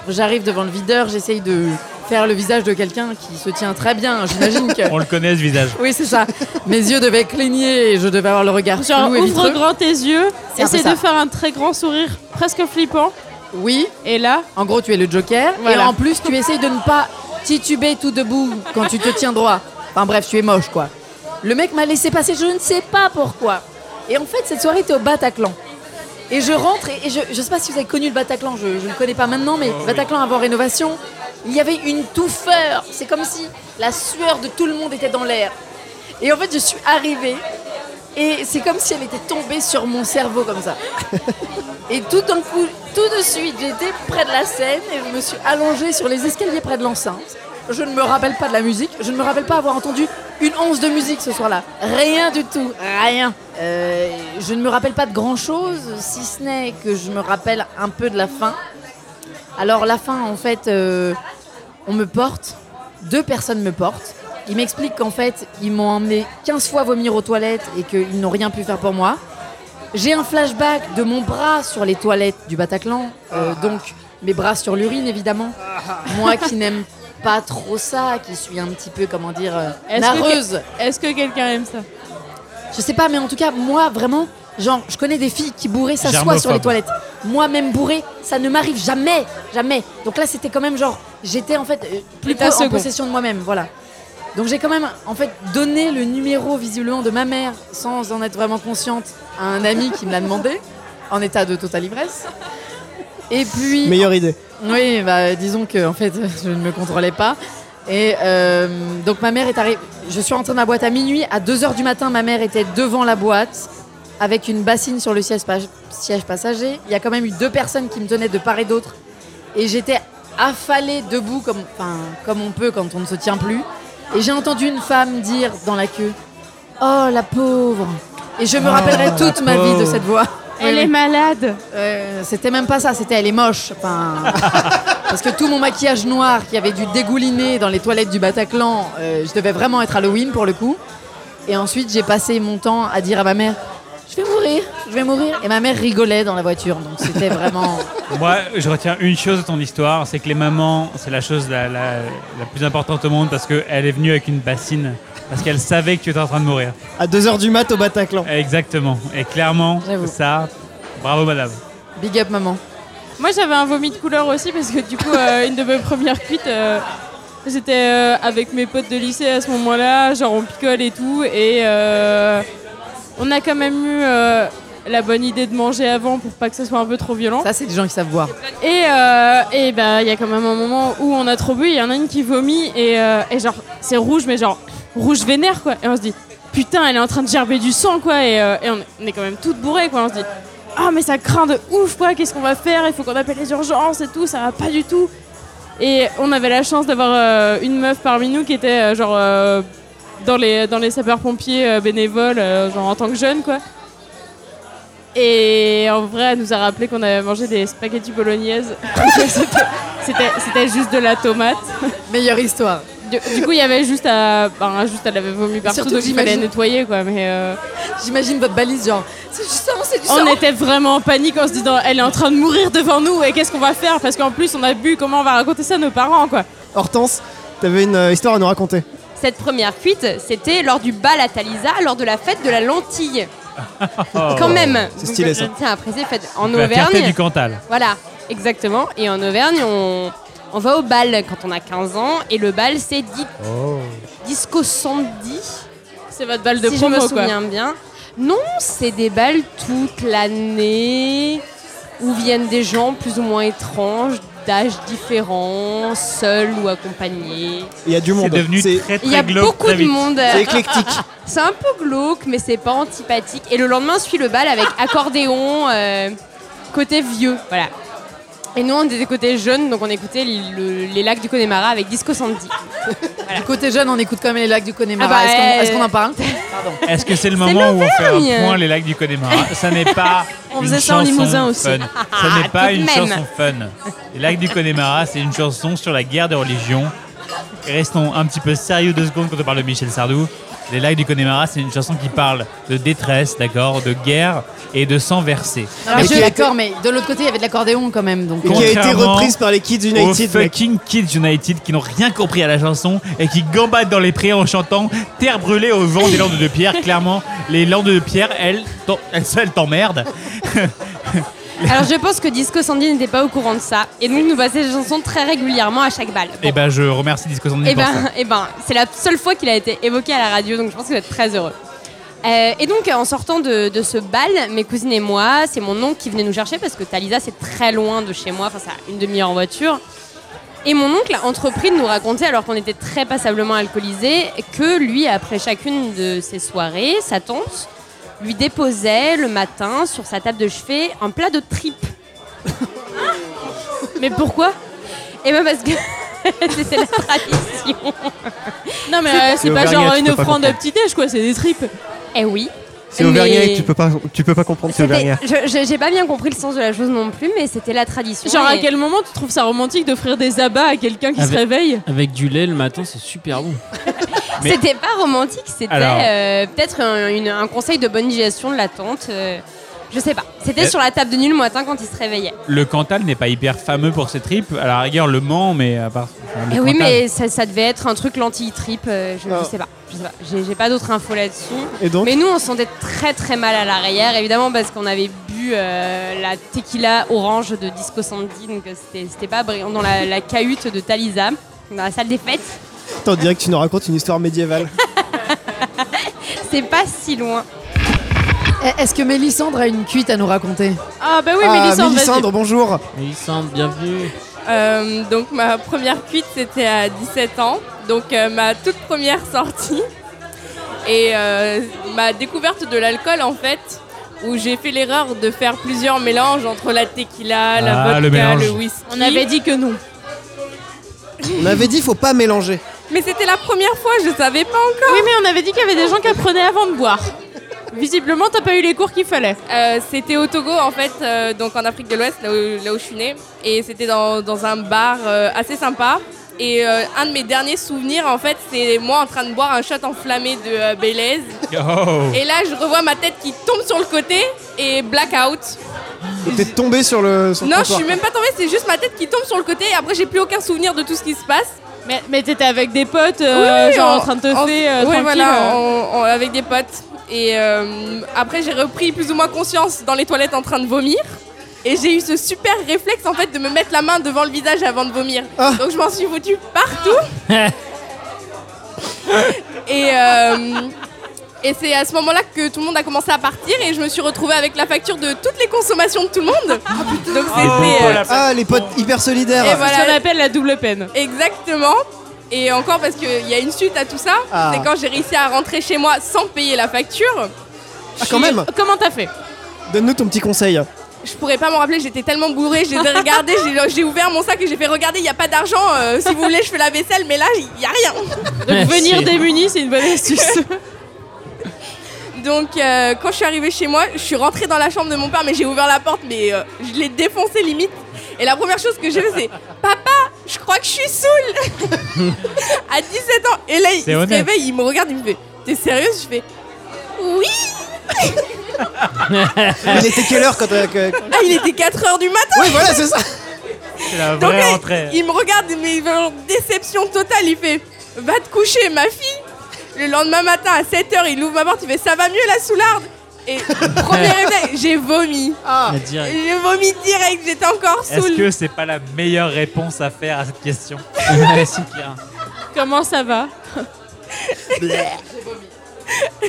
J'arrive devant le videur, j'essaye de faire le visage de quelqu'un qui se tient très bien. J'imagine que On le connaît ce visage. oui c'est ça. Mes yeux devaient cligner et je devais avoir le regard Genre, flou et ouvre vitreux. grand tes yeux, C'est un peu essaie ça. de faire un très grand sourire presque flippant. Oui, Et là, en gros tu es le Joker et Voilà. en plus tu essayes de ne pas tituber tout debout quand tu te tiens droit. Enfin bref, tu es moche quoi. Le mec m'a laissé passer, je ne sais pas pourquoi. Et en fait, cette soirée était au Bataclan. Et je rentre, et, et je, je sais pas si vous avez connu le Bataclan, je ne le connais pas maintenant, mais Bataclan avant rénovation, il y avait une touffeur. C'est comme si la sueur de tout le monde était dans l'air. Et en fait, je suis arrivée, Et c'est comme si elle était tombée sur mon cerveau comme ça. Et tout d'un coup, tout de suite, j'étais près de la scène et je me suis allongée sur les escaliers près de l'enceinte. Je ne me rappelle pas de la musique, je ne me rappelle pas avoir entendu une once de musique ce soir-là. Rien du tout, rien. Euh, je ne me rappelle pas de grand-chose, si ce n'est que je me rappelle un peu de la fin. Alors la fin, en fait, euh, on me porte, deux personnes me portent. Ils m'expliquent qu'en fait, ils m'ont emmené 15 fois vomir aux toilettes et qu'ils n'ont rien pu faire pour moi. J'ai un flashback de mon bras sur les toilettes du Bataclan, euh, donc mes bras sur l'urine évidemment. Moi qui n'aime pas trop ça, qui suis un petit peu, comment dire, euh, Est-ce que- nareuse. Est-ce que quelqu'un aime ça Je sais pas, mais en tout cas, moi vraiment, genre, je connais des filles qui bourrées s'assoient Germophobe. sur les toilettes. Moi-même bourrée, ça ne m'arrive jamais, jamais. Donc là, c'était quand même genre, j'étais en fait euh, plus État peu en second. possession de moi-même, voilà. Donc j'ai quand même en fait donné le numéro visiblement de ma mère sans en être vraiment consciente à un ami qui me l'a demandé en état de totale ivresse. Et puis Meilleure idée. oui, bah, disons que en fait, je ne me contrôlais pas. Et euh, donc ma mère est arrivée. Je suis rentrée de ma boîte à minuit. À 2h du matin, ma mère était devant la boîte avec une bassine sur le siège, pa- siège passager. Il y a quand même eu deux personnes qui me tenaient de part et d'autre. Et j'étais affalée debout comme, enfin, comme on peut quand on ne se tient plus. Et j'ai entendu une femme dire dans la queue Oh la pauvre Et je me rappellerai toute ma vie de pauvre. cette voix. Elle Oui, est oui. malade. Euh, c'était même pas ça, c'était elle est moche. Enfin, parce que tout mon maquillage noir qui avait dû dégouliner dans les toilettes du Bataclan, euh, je devais vraiment être Halloween pour le coup. Et ensuite, j'ai passé mon temps à dire à ma mère Je vais mourir, je vais mourir. Et ma mère rigolait dans la voiture, donc c'était vraiment. Moi, je retiens une chose de ton histoire, c'est que les mamans, c'est la chose la, la- la plus importante au monde parce qu'elle est venue avec une bassine, parce qu'elle savait que tu étais en train de mourir. À 2h du mat au Bataclan. Exactement. Et clairement, J'avoue. ça, bravo madame. Big up, maman. Moi, j'avais un vomi de couleur aussi parce que du coup, euh, une de mes premières cuites, euh, j'étais euh, avec mes potes de lycée à ce moment-là, genre on picole et tout, et euh, on a quand même eu euh, la bonne idée de manger avant pour pas que ça soit un peu trop violent. Ça, c'est des gens qui savent boire. Et euh, et bah, il y a quand même un moment où on a trop bu, il y en a une qui vomit et, euh, et genre c'est rouge, mais genre rouge vénère quoi. Et on se dit putain, elle est en train de gerber du sang quoi. Et, euh, et on, on est quand même toutes bourrées quoi. On se dit ah mais ça craint de ouf quoi. Qu'est-ce qu'on va faire Il faut qu'on appelle les urgences et tout. Ça va pas du tout. Et on avait la chance d'avoir euh, une meuf parmi nous qui était euh, genre euh, dans les dans les sapeurs-pompiers euh, bénévoles, euh, genre en tant que jeune quoi. Et en vrai, elle nous a rappelé qu'on avait mangé des spaghettis bolognaises. C'était- C'était c'était juste de la tomate. Meilleure histoire. Du, du coup, il y avait juste à. Ben, juste, elle avait vomi partout, Surtout donc que il fallait j'imagine- nettoyer, quoi. Mais euh, J'imagine votre balise, genre C'est du sang, c'est du sang. on était vraiment en panique en se disant, elle est en train de mourir devant nous, et qu'est-ce qu'on va faire Parce qu'en plus, on a bu, comment on va raconter ça à nos parents, quoi. Hortense, t'avais une euh, histoire à nous raconter. Cette première cuite, c'était lors du bal à Talisa, lors de la fête de la lentille. Oh. Quand même. C'est stylé, ça. Donc, euh, Tiens, après c'est fête en La fierté Auvergne. du Cantal. Voilà, exactement. Et en Auvergne, on, on va au bal quand on a 15 ans. Et le bal, c'est dit Disco Sandy, Oh. C'est votre balle de si je me promo, quoi. souviens bien. Non, c'est des balles toute l'année où viennent des gens plus ou moins étranges, d'âges différents, seuls ou accompagnés. Il y a du C'est monde. devenu C'est très Il y a très glauque beaucoup très de vite. monde. c'est éclectique. C'est un peu glauque, mais c'est pas antipathique. Et le lendemain, suit le bal avec accordéon, euh, côté vieux. Voilà. Et nous, on était côté jeunes, donc on écoutait le- les lacs du Connemara avec Disco Sandy. Du côté jeune, on écoute quand même les lacs du Connemara. Ah bah, Est-ce qu'on- euh, Est-ce qu'on en parle Est-ce que c'est le moment où on fait un l'Auvergne. point les lacs du Connemara Ça n'est Ah. pas On une faisait ça en chanson Limousin aussi. Ah, fun. Ça n'est pas tout de une même. chanson fun. Les lacs du Connemara, c'est une chanson sur la guerre des religions. Restons un petit peu sérieux deux secondes quand on parle de Michel Sardou. Les lacs du Connemara, c'est une chanson qui parle de détresse, d'accord, de guerre et de sang versé. Non, mais Et je suis qui a d'accord, mais de l'autre côté, il y avait de l'accordéon quand même. Donc, Et qui a été Contrairement reprise par les Kids Aux United. mec. fucking Kids United qui n'ont rien compris à la chanson et qui gambadent dans les prés en chantant Terre brûlée au vent des landes de pierre. Clairement, les landes de pierre, elles, t'en- elles, elles t'emmerdent. Alors je pense que Disco Sandy n'était pas au courant de ça. Et donc, nous passait des chansons très régulièrement à chaque bal. Et ben, je remercie Disco Sandy Et pour ça. ben, eh ben, c'est la seule fois qu'il a été évoqué à la radio, donc je pense que vous êtes très heureux. Euh, et donc, euh, en sortant de, de ce bal, mes cousines et moi, c'est mon oncle qui venait nous chercher parce que Talisa, c'est très loin de chez moi, enfin, ça a une demi-heure en voiture. Et mon oncle a entrepris de nous raconter, alors qu'on était très passablement alcoolisés, que lui, après chacune de ses soirées, sa tante lui déposait le matin sur sa table de chevet un plat de tripes. Mais pourquoi Eh ben parce que c'était la tradition. Non, mais euh, c'est C'est pas au genre Vergnac, une tu peux pas offrande comprendre. petit déj, quoi, c'est des tripes. Eh oui. C'est Auvergnat, Mais- tu peux pas, tu peux pas comprendre, c'est C'était- Auvergnat. Eh, je- je- J'ai pas bien compris le sens de la chose non plus, mais c'était la tradition. Genre, à et- quel moment tu trouves ça romantique d'offrir des abats à quelqu'un qui se Avec- réveille Avec du lait le matin, c'est super bon. Mais- C'était pas romantique, c'était Alors- euh, peut-être un, une- un conseil de bonne digestion de la tante. euh, je sais pas. C'était Eh. sur la table de nuit le matin quand il se réveillait. Le Cantal n'est pas hyper fameux pour ses tripes. À la rigueur, le Mans, mais à part. enfin, le Eh oui, Cantal. mais ça, ça devait être un truc lentille-trip. euh, je, je Ah. sais pas. Je sais pas. J'ai j'ai pas d'autres infos là-dessus. Et donc, Mais nous, on se sentait très très mal à l'arrière, évidemment, parce qu'on avait bu euh, la tequila orange de Disco Sandy, donc euh, c'était c'était pas brillant, dans la, la cahute de Talisa, dans la salle des fêtes. attends, direct, tu nous racontes une histoire médiévale. C'est pas si loin. Eh, Est-ce que Mélissandre a une cuite à nous raconter Ah, bah oui, ah, Mélissandre, vas-y. Mélissandre, bonjour. Mélissandre, bienvenue. Euh, donc ma première cuite c'était à 17 ans, donc euh, ma toute première sortie et euh, ma découverte de l'alcool en fait où j'ai fait l'erreur de faire plusieurs mélanges entre la tequila, la Ah, vodka, le mélange. le, whisky. On avait dit que non. On avait dit, faut pas mélanger. Mais c'était la première fois, je savais pas encore. Oui, mais on avait dit qu'il y avait des gens qui apprenaient avant de boire. Visiblement, t'as pas eu les cours qu'il fallait. Euh, c'était au Togo en fait, euh, donc en Afrique de l'Ouest, là où, là où je suis née. Et c'était dans, dans un bar euh, assez sympa. Et euh, un de mes derniers souvenirs en fait, c'est moi en train de boire un shot enflammé de euh, Baileys. Oh. Et là, je revois ma tête qui tombe sur le côté et blackout. Donc, T'es tombé sur le. euh, sur le non, je comptoir. suis même pas tombée, c'est juste ma tête qui tombe sur le côté et après, j'ai plus aucun souvenir de tout ce qui se passe. Mais, mais t'étais avec des potes, euh, Oui, genre on- en train de te on- faire euh, oui, tranquille. voilà, euh. on- on- avec des potes. Et euh, après, j'ai repris plus ou moins conscience dans les toilettes en train de vomir. Et j'ai eu ce super réflexe en fait de me mettre la main devant le visage avant de vomir. Ah. Donc je m'en suis foutue partout. et euh, et c'est à ce moment-là que tout le monde a commencé à partir et je me suis retrouvée avec la facture de toutes les consommations de tout le monde. Donc c'était euh, Ah, les potes hyper solidaires. Et Ce qu'on voilà, appelle la double peine. exactement. Et encore parce qu'il y a une suite à tout ça, Ah. c'est quand j'ai réussi à rentrer chez moi sans payer la facture. Ah, quand même. Comment t'as fait Donne-nous ton petit conseil. Je pourrais pas m'en rappeler, j'étais tellement bourrée, j'ai regardé, j'ai- j'ai ouvert mon sac et j'ai fait regarder, il n'y a pas d'argent, euh, si vous voulez je fais la vaisselle, mais là il n'y a rien. Donc venir Merci. démuni, c'est une bonne astuce. Donc euh, quand je suis arrivée chez moi, je suis rentrée dans la chambre de mon père, mais j'ai ouvert la porte, mais euh, je l'ai défoncé limite. Et la première chose que j'ai fait, c'est Papa, je crois que je suis saoule À 17 ans. Et là, il se C'est honnête. réveille, il me regarde, il me fait T'es sérieuse Je fais Oui Mais Il était quelle heure quand. t'as- que- Ah, il était 4h du matin Ouais, voilà, c'est ça. C'est la Donc, vraie eh, entrée. il me regarde, mais genre, déception totale, il fait Va te coucher, ma fille Le lendemain matin, à 7h, il ouvre ma porte, il fait Ça va mieux, la soularde Et premier réveil, j'ai vomi. Ah, direct. J'ai vomi direct, j'étais encore Est-ce saoule. que c'est pas la meilleure réponse à faire à cette question C'est clair. Comment ça va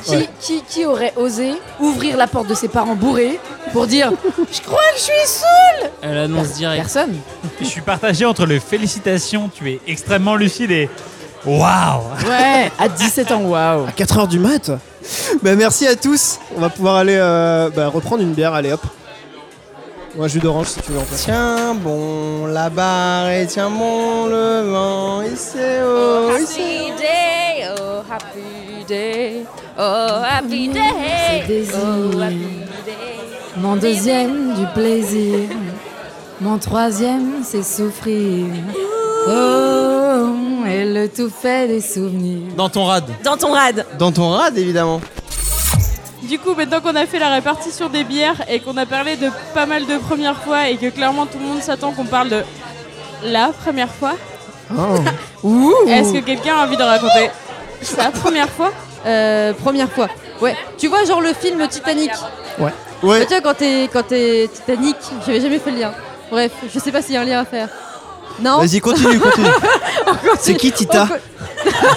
qui, qui, qui aurait osé ouvrir la porte de ses parents bourrés pour dire Je crois que je suis sous Elle annonce direct. Personne. Je suis partagé entre les félicitations, tu es extrêmement lucide et. Waouh Ouais, à 17 ans, waouh. À 4 heures du mat. Bah, merci à tous. On va pouvoir aller euh, bah, reprendre une bière. Allez, hop. Ou un jus d'orange si tu veux en fait. Tiens bon la barre et tiens bon le vent, ici oh, Happy day, oh happy day, oh happy day, Ce désir. oh happy day. Mon deuxième, du plaisir. Mon troisième, c'est souffrir. Oh, et le tout fait des souvenirs. Dans ton rad. Dans ton rad. Dans ton rad évidemment. Du coup, maintenant qu'on a fait la répartition des bières et qu'on a parlé de pas mal de premières fois et que clairement tout le monde s'attend qu'on parle de la première fois, Oh. est-ce que quelqu'un a envie de raconter sa première fois Euh, première fois. Ouais. Tu vois, genre le film Titanic. Ouais. Tu vois, quand t'es, quand t'es Titanic, j'avais jamais fait le lien. Bref, je sais pas s'il y a un lien à faire. Non Vas-y continue continue. C'est qui Tita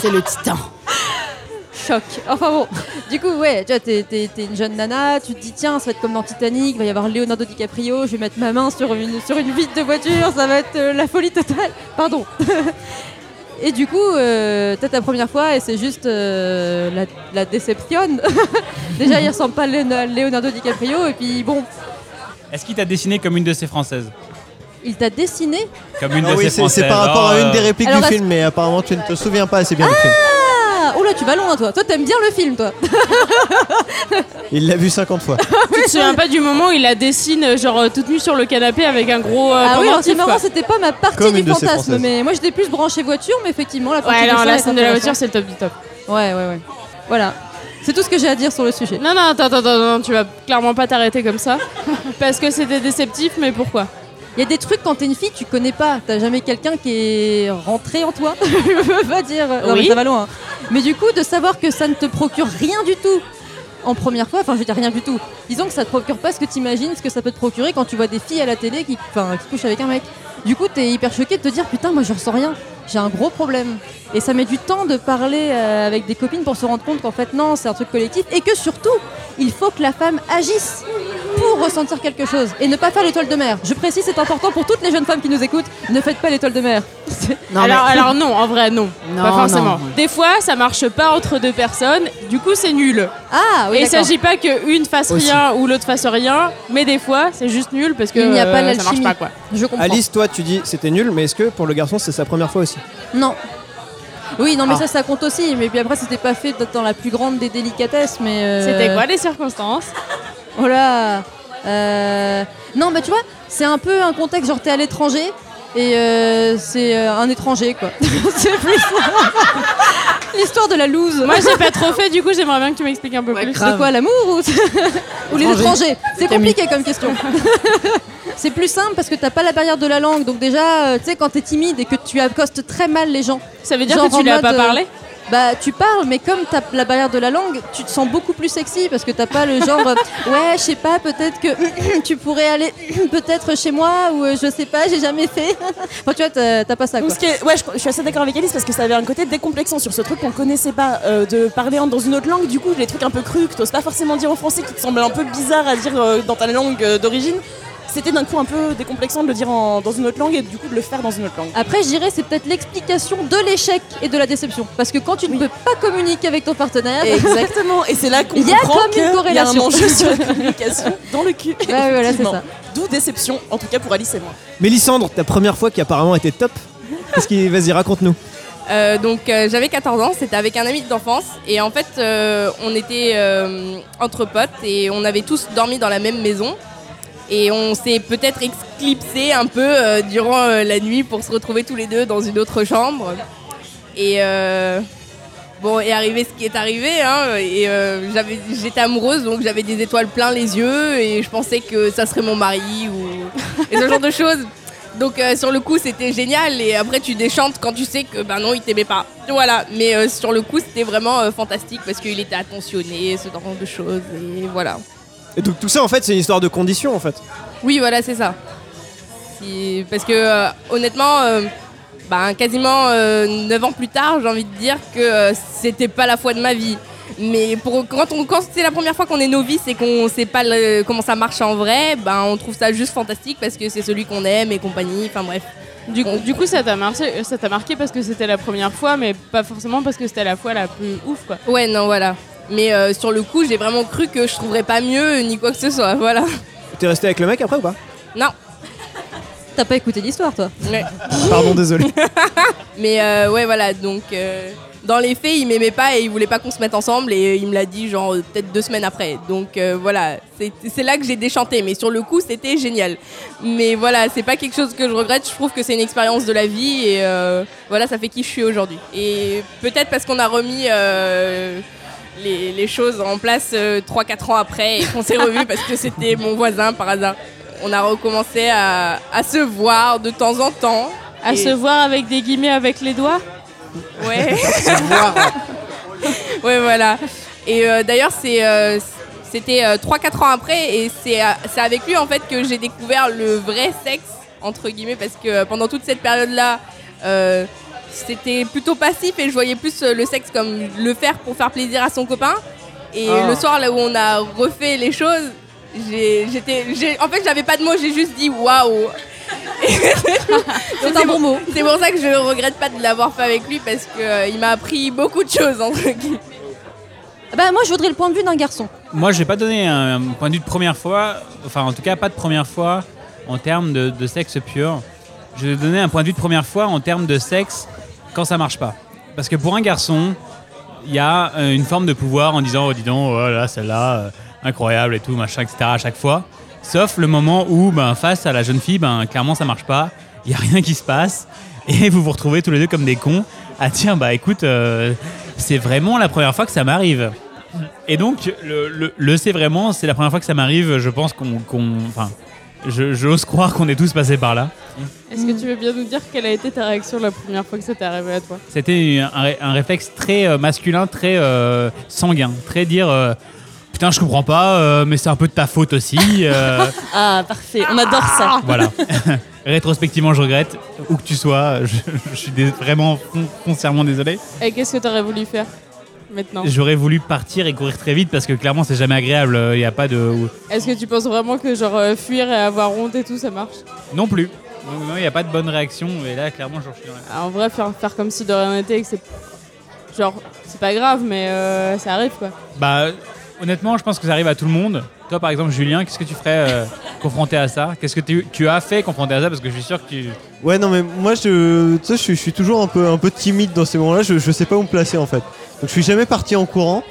C'est le titan. Choc. Enfin bon, du coup, ouais, tu vois, t'es, t'es- t'es une jeune nana, tu te dis, tiens, ça va être comme dans Titanic, il va y avoir Leonardo DiCaprio, je vais mettre ma main sur une, sur une vitre de voiture, ça va être euh, la folie totale. Pardon. Et du coup, euh, t'as ta première fois et c'est juste euh, la, la déception. Déjà, il ressemble pas à Léon- Leonardo DiCaprio. Et puis, bon, Est-ce qu'il t'a dessiné comme une de ses françaises il t'a dessiné. Comme une Ah de oui, ses c'est françaises. c'est par rapport à Oh, une des répliques euh, Alors, du est-ce- film, mais apparemment tu ne te souviens pas assez bien du film. Ah Oh là, tu vas loin, toi. Toi, t'aimes bien le film, toi. Il l'a vu 50 fois. Tu te souviens pas du moment où il la dessine, genre euh, toute nue sur le canapé avec un gros. euh, ah oui, alors pendentif, c'est marrant, quoi. c'était pas ma partie Comme du une de ces fantasme. Françaises. Mais moi, j'étais plus branché voiture, mais effectivement, la partie Ouais, du alors soir la est scène de la voiture, intéressante. c'est le top du top. Ouais, ouais, ouais. Voilà. C'est tout ce que j'ai à dire sur le sujet. Non, non, attends, attends, attends, non, tu vas clairement pas t'arrêter comme ça. parce que c'était déceptif, mais pourquoi Il y a des trucs quand t'es une fille, tu connais pas. T'as jamais quelqu'un qui est rentré en toi. Je veux pas dire. Non, Oui. mais ça va loin. hein. Mais du coup, de savoir que ça ne te procure rien du tout en première fois, enfin, je veux dire rien du tout. Disons que ça te procure pas ce que t'imagines, ce que ça peut te procurer quand tu vois des filles à la télé qui, enfin, qui couchent avec un mec. Du coup, t'es hyper choqué de te dire putain, moi je ressens rien. J'ai un gros problème. Et ça met du temps de parler euh, avec des copines pour se rendre compte qu'en fait, non, c'est un truc collectif. Et que surtout, il faut que la femme agisse pour ressentir quelque chose et ne pas faire l'étoile de mer. Je précise, c'est important pour toutes les jeunes femmes qui nous écoutent, ne faites pas l'étoile de mer. Non, alors, alors non, en vrai non. pas non, forcément. non. Des fois, ça marche pas entre deux personnes, du coup c'est nul. Ah oui, Et il d'accord. s'agit pas qu'une fasse Aussi. rien ou l'autre fasse rien, mais des fois c'est juste nul parce que Il n'y a pas euh, ça d'alchimie. marche pas quoi. Je comprends. Alice, toi, tu dis c'était nul, mais est-ce que pour le garçon, c'est sa première fois aussi Non. Oui, non, mais Ah. ça, ça compte aussi. Mais puis après, c'était pas fait dans la plus grande des délicatesses. Mais euh, C'était quoi les circonstances Oh là Euh, Non, bah tu vois, c'est un peu un contexte genre t'es à l'étranger et euh, c'est euh, un étranger quoi. c'est plus l'histoire de la loose. Moi j'ai pas trop fait, du coup j'aimerais bien que tu m'expliques un peu plus. C'est quoi l'amour ou, ou les Étranger. étrangers C'est Camille. compliqué comme question. c'est plus simple parce que t'as pas la barrière de la langue. Donc déjà, euh, tu sais, quand t'es timide et que tu accostes très mal les gens. Ça veut dire genre que tu en lui as mode, pas euh, parlé Bah tu parles, mais comme t'as la barrière de la langue, tu te sens beaucoup plus sexy parce que t'as pas le genre euh, ouais, je sais pas, peut-être que tu pourrais aller peut-être chez moi ou euh, je sais pas, j'ai jamais fait. enfin tu vois, t'as t'as pas ça. Donc, Quoi. ce qui est- ouais, je, je suis assez d'accord avec Alice parce que ça avait un côté décomplexant sur ce truc qu'on connaissait pas, euh, de parler en- dans une autre langue, du coup, les trucs un peu crus que t'oses pas forcément dire en français, qui te semblent un peu bizarre à dire euh, dans ta langue euh, d'origine. C'était d'un coup un peu décomplexant de le dire en- dans une autre langue et du coup de le faire dans une autre langue. Après, je dirais, c'est peut-être l'explication de l'échec et de la déception. Parce que quand tu ne peux pas communiquer avec ton partenaire. Exactement, et c'est là qu'on Il y a comprend comme qu'il y une a un corrélation. enjeu sur la communication dans le cul. ouais, voilà, c'est effectivement. ça. D'où déception, en tout cas pour Alice et moi. Mélissandre, ta première fois qui apparemment était top. Qu'est-ce qui... Vas-y, raconte-nous. Euh, donc euh, j'avais 14 ans, c'était avec un ami d'enfance et en fait euh, on était euh, entre potes et on avait tous dormi dans la même maison et on s'est peut-être exclipsé un peu euh, durant euh, la nuit pour se retrouver tous les deux dans une autre chambre et euh, bon est arrivé ce qui est arrivé hein, et euh, j'avais- j'étais amoureuse donc j'avais des étoiles plein les yeux et je pensais que ça serait mon mari ou et ce genre de choses donc euh, sur le coup c'était génial et après tu déchantes quand tu sais que ben non il t'aimait pas. Voilà, mais euh, sur le coup c'était vraiment euh, fantastique parce qu'il était attentionné, ce genre de choses et voilà. Et donc tout ça, en fait, c'est une histoire de conditions, en fait. Oui voilà c'est ça. Si- Parce que euh, honnêtement, euh, ben, quasiment 9 ans plus tard j'ai envie de dire que euh, c'était pas la fois de ma vie. Mais pour, quand, on- quand c'est la première fois qu'on est novice et qu'on sait pas le- comment ça marche en vrai, ben on trouve ça juste fantastique parce que c'est celui qu'on aime et compagnie, enfin bref. Du coup, du coup, ça t'a marqué, ça t'a marqué parce que c'était la première fois, mais pas forcément parce que c'était la fois la plus ouf, quoi. Ouais, non, voilà. Mais euh, sur le coup, j'ai vraiment cru que je trouverais pas mieux ni quoi que ce soit, voilà. T'es resté avec le mec après ou pas Non. T'as pas écouté l'histoire, toi Ouais. Pardon, désolé. Mais euh, ouais, voilà, donc euh, dans les faits, il m'aimait pas et il voulait pas qu'on se mette ensemble et euh, il me l'a dit genre euh, peut-être deux semaines après. Donc euh, voilà, c'est- c'est là que j'ai déchanté, mais sur le coup, c'était génial. Mais voilà, c'est pas quelque chose que je regrette, je trouve que c'est une expérience de la vie et euh, voilà, ça fait qui je suis aujourd'hui. Et peut-être parce qu'on a remis. euh, les, les choses en place 3-4 ans après et qu'on s'est revus parce que c'était mon voisin par hasard. On a recommencé à, à se voir de temps en temps. À se voir avec des guillemets avec les doigts Ouais. ouais, voilà. Et euh, d'ailleurs, c'est, euh, c'était euh, 3-4 ans après, et c'est, euh, c'est avec lui en fait que j'ai découvert le vrai sexe, entre guillemets, parce que euh, pendant toute cette période-là, euh, c'était plutôt passif et je voyais plus euh, le sexe comme le faire pour faire plaisir à son copain. Et Ah. le soir, là où on a refait les choses, j'ai, j'étais, j'ai, en fait, j'avais pas de mots, j'ai juste dit waouh! C'est un bon mot. C'est pour ça que je euh, ne regrette pas de l'avoir fait avec lui parce qu'il m'a appris beaucoup de choses. En Bah, moi, je voudrais le point de vue d'un garçon. Moi, je vais pas donner un, un point de vue de première fois, enfin, en tout cas, pas de première fois en termes de, de sexe pur. Je vais donner un point de vue de première fois en termes de sexe quand ça marche pas. Parce que pour un garçon, il y a euh, une forme de pouvoir en disant, oh, dis donc, oh là, celle-là, euh, incroyable et tout, machin, etc. à chaque fois. Sauf le moment où, ben, face à la jeune fille, ben, clairement, ça marche pas. Il y a rien qui se passe. Et vous vous retrouvez tous les deux comme des cons. Ah, tiens, bah, écoute, euh, c'est vraiment la première fois que ça m'arrive. Et donc, le, le, le c'est vraiment, c'est la première fois que ça m'arrive. Je pense qu'on. qu'on- Enfin, je- j'ose croire qu'on est tous passés par là. Est-ce que tu veux bien nous dire quelle a été ta réaction la première fois que ça t'est arrivé à toi C'était un, ré- un réflexe très euh, masculin, très euh, sanguin, très dire euh, Putain, je comprends pas, euh, mais c'est un peu de ta faute aussi. euh, Ah, parfait, on adore ça. voilà. Rétrospectivement, je regrette, où que tu sois, je, je suis dés- vraiment fon- foncièrement désolé. Et qu'est-ce que t'aurais voulu faire maintenant J'aurais voulu partir et courir très vite parce que clairement, c'est jamais agréable. Il n'y a pas de. Est-ce que tu penses vraiment que genre euh, fuir et avoir honte et tout ça marche Non plus. Donc, non, il n'y a pas de bonne réaction. Et là, clairement, je suis dans la- Ah, En vrai, faire, faire comme si de rien n'était et que c'est. Genre, c'est pas grave, mais euh, ça arrive quoi. Bah, honnêtement, je pense que ça arrive à tout le monde. Toi, par exemple, Julien, qu'est-ce que tu ferais euh, confronté à ça Qu'est-ce que tu, tu as fait confronté à ça Parce que je suis sûr que tu. Ouais, non, mais moi, je, tu sais, je, suis- je suis toujours un peu, un peu timide dans ces moments-là. Je, je sais pas où me placer, en fait. Donc, je suis jamais parti en courant.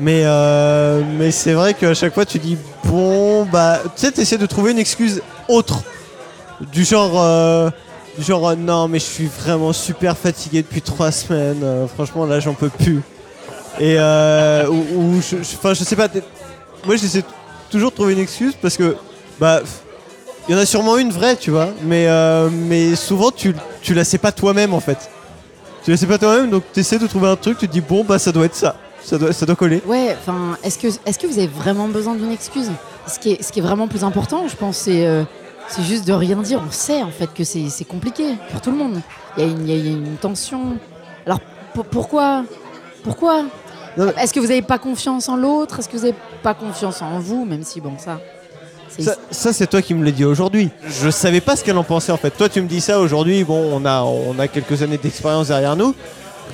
Mais, euh, mais c'est vrai qu'à chaque fois, tu dis, bon, bah, tu sais, t'essaies de trouver une excuse autre. Du genre, euh, du genre, euh, non, mais je suis vraiment super fatigué depuis trois semaines. Euh, franchement, là, j'en peux plus. Et, euh, ou, ou je, je- enfin, je sais pas. t'es- Moi, j'essaie t- toujours de trouver une excuse parce que, bah, il y en a sûrement une vraie, tu vois, mais, euh, mais souvent tu, tu la sais pas toi-même en fait. Tu la sais pas toi-même, donc tu essaies de trouver un truc, tu te dis bon bah ça doit être ça, ça doit, ça doit coller. Ouais, enfin, est-ce que, est-ce que vous avez vraiment besoin d'une excuse ce qui, est, ce qui est vraiment plus important, je pense, c'est, euh, c'est juste de rien dire. On sait en fait que c'est, c'est compliqué pour tout le monde. Il y, a une- il y a- il y a une tension. Alors pour- pourquoi Pourquoi Est-ce que vous n'avez pas confiance en l'autre Est-ce que vous n'avez pas confiance en vous Même si, bon, ça. c'est- Ça, ça, c'est toi qui me l'as dit aujourd'hui. Je savais pas ce qu'elle en pensait en fait. Toi tu me dis ça aujourd'hui, bon on a, on a quelques années d'expérience derrière nous.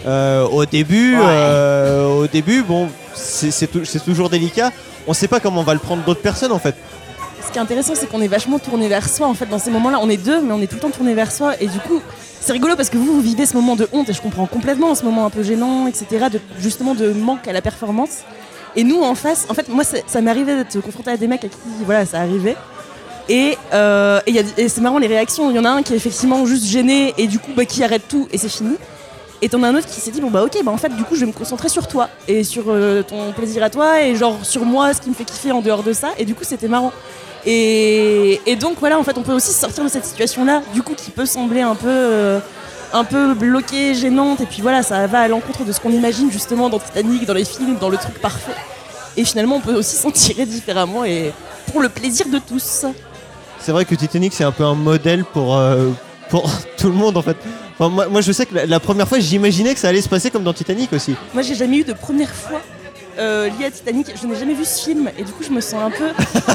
Euh, au début, euh, au début, bon c'est c'est tou- c'est toujours délicat. On sait pas comment va le prendre d'autres personnes en fait. Ce qui est intéressant, c'est qu'on est vachement tourné vers soi. En fait, dans ces moments-là, on est deux, mais on est tout le temps tourné vers soi. Et du coup, c'est rigolo parce que vous, vous vivez ce moment de honte, et je comprends complètement ce moment un peu gênant, etc., de, justement de manque à la performance. Et nous, en face, en fait, moi, ça, ça m'arrivait d'être confronté à des mecs à qui, voilà, ça arrivait. Et, euh, et il y a- et c'est marrant les réactions. Il y en a un qui est effectivement juste gêné et du coup bah, qui arrête tout et c'est fini. Et t'en as un autre qui s'est dit bon bah ok bah en fait du coup je vais me concentrer sur toi et sur euh, ton plaisir à toi et genre sur moi ce qui me fait kiffer en dehors de ça et du coup c'était marrant. Et, et donc voilà en fait on peut aussi sortir de cette situation là du coup qui peut sembler un peu euh, un peu bloquée, gênante et puis voilà ça va à l'encontre de ce qu'on imagine justement dans Titanic, dans les films, dans le truc parfait. Et finalement on peut aussi s'en tirer différemment et pour le plaisir de tous. C'est vrai que Titanic, c'est un peu un modèle pour, euh, pour tout le monde en fait. Enfin, moi, moi, je sais que la, la première fois, j'imaginais que ça allait se passer comme dans Titanic aussi. Moi, j'ai jamais eu de première fois euh, liée à Titanic. Je n'ai jamais vu ce film et du coup, je me sens un peu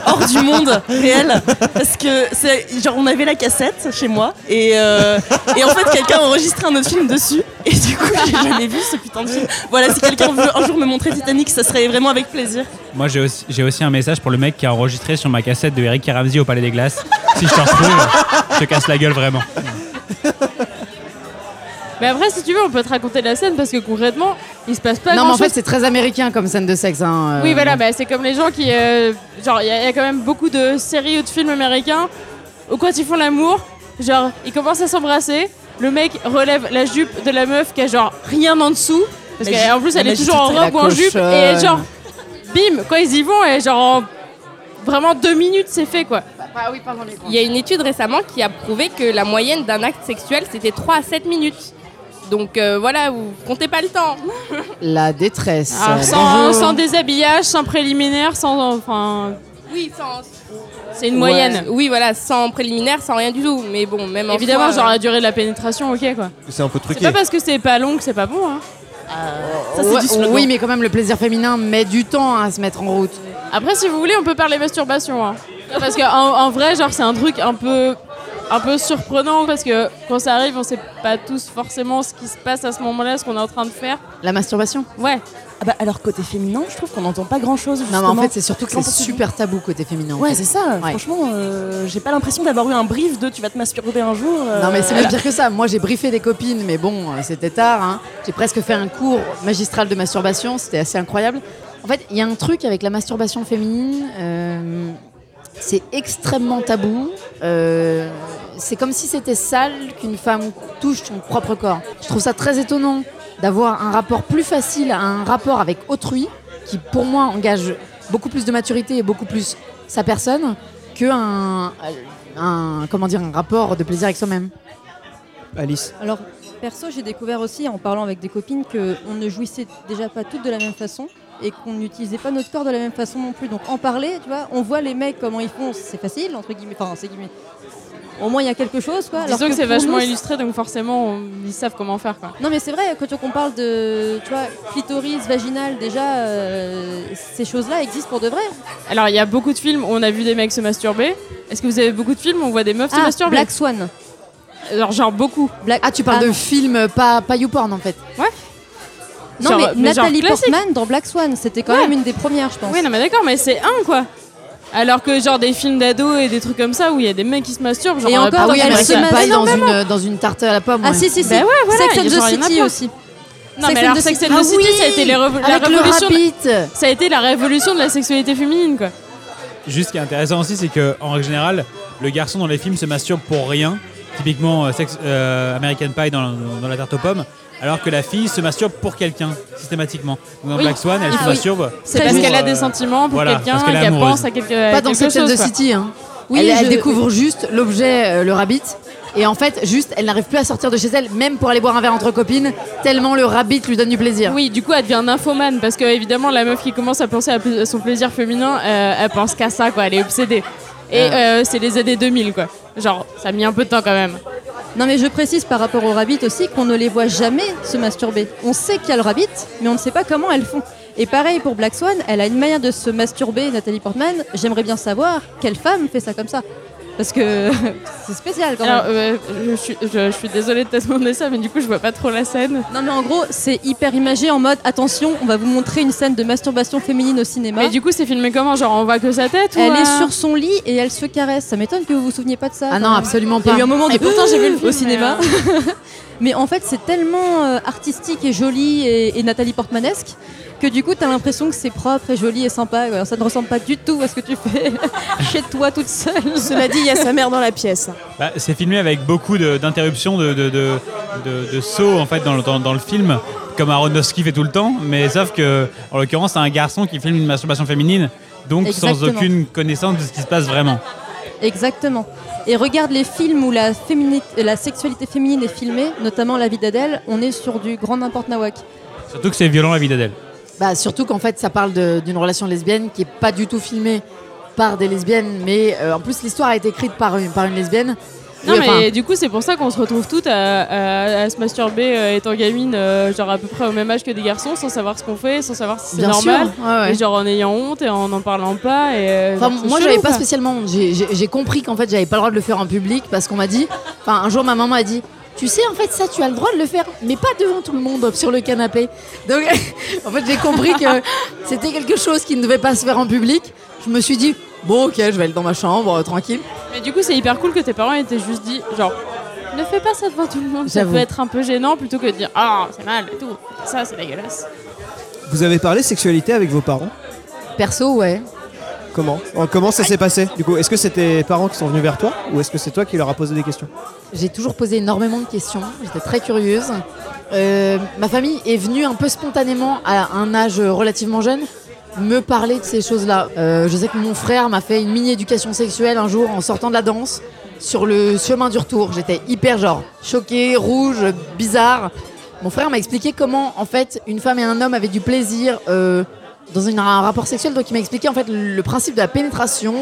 hors du monde réel parce que c'est genre on avait la cassette chez moi et, euh, et en fait quelqu'un a enregistré un autre film dessus et du coup, j'ai jamais vu ce putain de film. Voilà, si quelqu'un veut un jour me montrer Titanic, ça serait vraiment avec plaisir. Moi, j'ai aussi, j'ai aussi un message pour le mec qui a enregistré sur ma cassette de Eric Ramsey au Palais des Glaces. si je t'en retrouve, je te casse la gueule vraiment. Mais après, si tu veux, on peut te raconter la scène parce que concrètement, il se passe pas non, mais en grand-chose. fait, c'est très américain comme scène de sexe. hein, euh, Oui, voilà, bah, c'est comme les gens qui. euh, genre, il y, a il y a quand même beaucoup de séries ou de films américains où quand ils font l'amour, genre, ils commencent à s'embrasser, le mec relève la jupe de la meuf qui a genre rien en dessous, parce La qu'en jupe- plus elle la est toujours en jupe, la robe ou en jupe, et euh, cochonne. genre, bim, quand ils y vont, et genre, en vraiment deux minutes, c'est fait quoi. Il y a une étude récemment qui a prouvé que la moyenne d'un acte sexuel, c'était 3 à 7 minutes. Donc euh, voilà, vous comptez pas le temps. La détresse. Ah, sans, Bonjour. sans déshabillage, sans préliminaire, sans. Enfin. Oui, Ah sans. C'est une moyenne. Oui, voilà, sans préliminaire, sans rien du tout. Mais bon, même en Évidemment, soi, genre euh, la durée de la pénétration, ok quoi. C'est un peu C'est pas parce que c'est pas long que c'est pas bon, hein. Euh, ça, c'est Ouais, du slogan. Oui, mais quand même, le plaisir féminin met du temps à se mettre en route. Après, si vous voulez, on peut parler masturbation. hein. Parce qu'en en, en vrai, genre, c'est un truc un peu un peu surprenant parce que quand ça arrive, on sait pas tous forcément ce qui se passe à ce moment-là, ce qu'on est en train de faire. La masturbation Ouais. Ah bah, alors côté féminin, je trouve qu'on n'entend pas grand-chose. Non, mais en justement. fait, c'est surtout que Quand c'est on se dit- super tabou côté féminin. en Ouais, fait. c'est ça. Ouais. Franchement, euh, j'ai pas l'impression d'avoir eu un brief de tu vas te masturber un jour. euh, Non, mais c'est même voilà. pire que ça. Moi, j'ai briefé des copines, mais bon, euh, c'était tard. hein. J'ai presque fait un cours magistral de masturbation. C'était assez incroyable. En fait, il y a un truc avec la masturbation féminine. euh, c'est extrêmement tabou. Euh, c'est comme si c'était sale qu'une femme touche son propre corps. Je trouve ça très étonnant d'avoir un rapport plus facile à un rapport avec autrui, qui pour moi engage beaucoup plus de maturité et beaucoup plus sa personne, qu'un un, comment dire, un rapport de plaisir avec soi-même. Alice. Alors, perso, j'ai découvert aussi en parlant avec des copines qu'on ne jouissait déjà pas toutes de la même façon et qu'on n'utilisait pas notre corps de la même façon non plus. Donc, en parler, tu vois, on voit les mecs comment ils font, c'est facile, entre guillemets. Enfin, c'est guillemets. Au moins, il y a quelque chose, quoi. alors Disons que, c'est pour vachement nous, illustré, donc forcément, on- ils savent comment faire. Quoi. Non mais c'est vrai, quand on parle de tu vois, clitoris, vaginal, déjà, euh, ces choses-là existent pour de vrai. Alors, il y a beaucoup de films où on a vu des mecs se masturber. Est-ce que vous avez beaucoup de films où on voit des meufs se Ah, masturber Black Swan. Alors, genre beaucoup. Ah, tu parles de films, euh, pas, pas YouPorn en fait. Ouais. Non Genre- mais, mais genre Nathalie classique. Portman dans Black Swan, c'était quand Ouais. même une des premières, je pense. Oui, non, mais d'accord, mais c'est un quoi. Alors que, genre, des films d'ados et des trucs comme ça où il y a des mecs qui se masturbent, genre. Et euh, encore, par dans exemple, American American Pie, Pie, dans non, une, non. euh, dans une tarte à la pomme. Ah ouais. si si si. Bah ouais, voilà, Sex il y a and genre rien the à City prendre. aussi. Non, Sex mais and alors, the Sex City. and the Ah City, oui ça a été les revo- la Avec le révolution. de- rabbit. ça a été la révolution de la sexualité féminine, quoi. Juste ce qui est intéressant aussi, c'est que en règle générale, le garçon dans les films se masturbe pour rien. Typiquement euh, sex- euh, American Pie dans, dans la tarte aux pommes, alors que la fille se masturbe pour quelqu'un systématiquement. Donc dans Oui. Black Swan, elle Ah se oui. masturbe. C'est parce pour, qu'elle a euh, des sentiments pour voilà, quelqu'un, parce qu'elle est qu'elle amoureuse. pense à quelqu'un. Pas dans Sex and the City. Hein. Oui, elle, elle je- découvre juste l'objet, euh, le rabbit. Et en fait, juste, elle n'arrive plus à sortir de chez elle, même pour aller boire un verre entre copines, tellement le rabbit lui donne du plaisir. Oui, du coup, elle devient nymphomane parce que évidemment, la meuf qui commence à penser à pl- à son plaisir féminin, euh, elle pense qu'à ça, quoi. Elle est obsédée. Et Ah. euh, c'est les années 2000, quoi. Genre, ça a mis un peu de temps quand même. Non mais je précise par rapport aux rabbits aussi qu'on ne les voit jamais se masturber. On sait qu'il y a le rabbit, mais on ne sait pas comment elles font. Et pareil pour Black Swan, elle a une manière de se masturber, Nathalie Portman. J'aimerais bien savoir quelle femme fait ça comme ça. Parce que c'est spécial quand même. Euh, Alors, euh, je, suis, je, je suis désolée de te demander ça, mais du coup, je vois pas trop la scène. Non mais en gros, c'est hyper imagé en mode attention, on va vous montrer une scène de masturbation féminine au cinéma. Mais du coup, c'est filmé comment Genre, on voit que sa tête ou, Elle est euh, sur son lit et elle se caresse. Ça m'étonne que vous vous souveniez pas de ça. Ah quand non, même. absolument Il y a pas. eu un moment de Et pourtant, j'ai vu le film, euh, au cinéma. mais en fait, c'est tellement euh, artistique et joli et, et Nathalie Portmanesque que du coup, t'as l'impression que c'est propre et joli et sympa. Alors, ça ne ressemble pas du tout à ce que tu fais chez toi toute seule. Cela dit, il y a sa mère dans la pièce. Bah, c'est filmé avec beaucoup de- d'interruptions, de, de, de- de- de sauts en fait dans le, dans- dans le film, comme Aronofsky fait tout le temps, mais sauf que en l'occurrence c'est un garçon qui filme une masturbation féminine, donc sans Exactement. aucune connaissance de ce qui se passe vraiment. Exactement. Et regarde les films où la, fémini- la sexualité féminine est filmée, notamment La vie d'Adèle, on est sur du grand n'importe nawak. Surtout que c'est violent la vie d'Adèle. Bah, surtout qu'en fait, ça parle de- d'une relation lesbienne qui est pas du tout filmée par des lesbiennes, mais euh, en plus, l'histoire a été écrite par une, par une lesbienne. Non, Oui, mais euh, enfin, du coup, c'est pour ça qu'on se retrouve toutes à, à- à se masturber euh, étant gamine, euh, genre à peu près au même âge que des garçons, sans savoir ce qu'on fait, sans savoir si c'est Bien sûr, normal. ouais, ouais. Et genre en ayant honte et en n'en parlant pas. Et, euh, Enfin, genre, c'est moi, chelou, j'avais pas quoi. spécialement honte. J'ai- J'ai j'ai compris qu'en fait, j'avais pas le droit de le faire en public parce qu'on m'a dit. Enfin, un jour, ma maman a dit. Tu sais, en fait, ça, tu as le droit de le faire, mais pas devant tout le monde, sur le canapé. Donc, en fait, j'ai compris que c'était quelque chose qui ne devait pas se faire en public. Je me suis dit, bon, ok, je vais aller dans ma chambre, euh, tranquille. Mais du coup, c'est hyper cool que tes parents étaient juste dit, genre, ne fais pas ça devant tout le monde, ça J'avoue. peut être un peu gênant plutôt que de dire, ah, c'est mal et tout. Ça, c'est dégueulasse. Vous avez parlé sexualité avec vos parents Perso, ouais. Comment Oh, Comment ça s'est passé Du coup, est-ce que c'était tes parents qui sont venus vers toi ou est-ce que c'est toi qui leur as posé des questions J'ai toujours posé énormément de questions, j'étais très curieuse. Euh, ma famille est venue un peu spontanément à un âge relativement jeune me parler de ces choses-là. Euh, je sais que mon frère m'a fait une mini-éducation sexuelle un jour en sortant de la danse sur le chemin du retour. J'étais hyper genre choquée, rouge, bizarre. Mon frère m'a expliqué comment en fait une femme et un homme avaient du plaisir euh, dans une- un rapport sexuel. Donc il m'a expliqué en fait le principe de la pénétration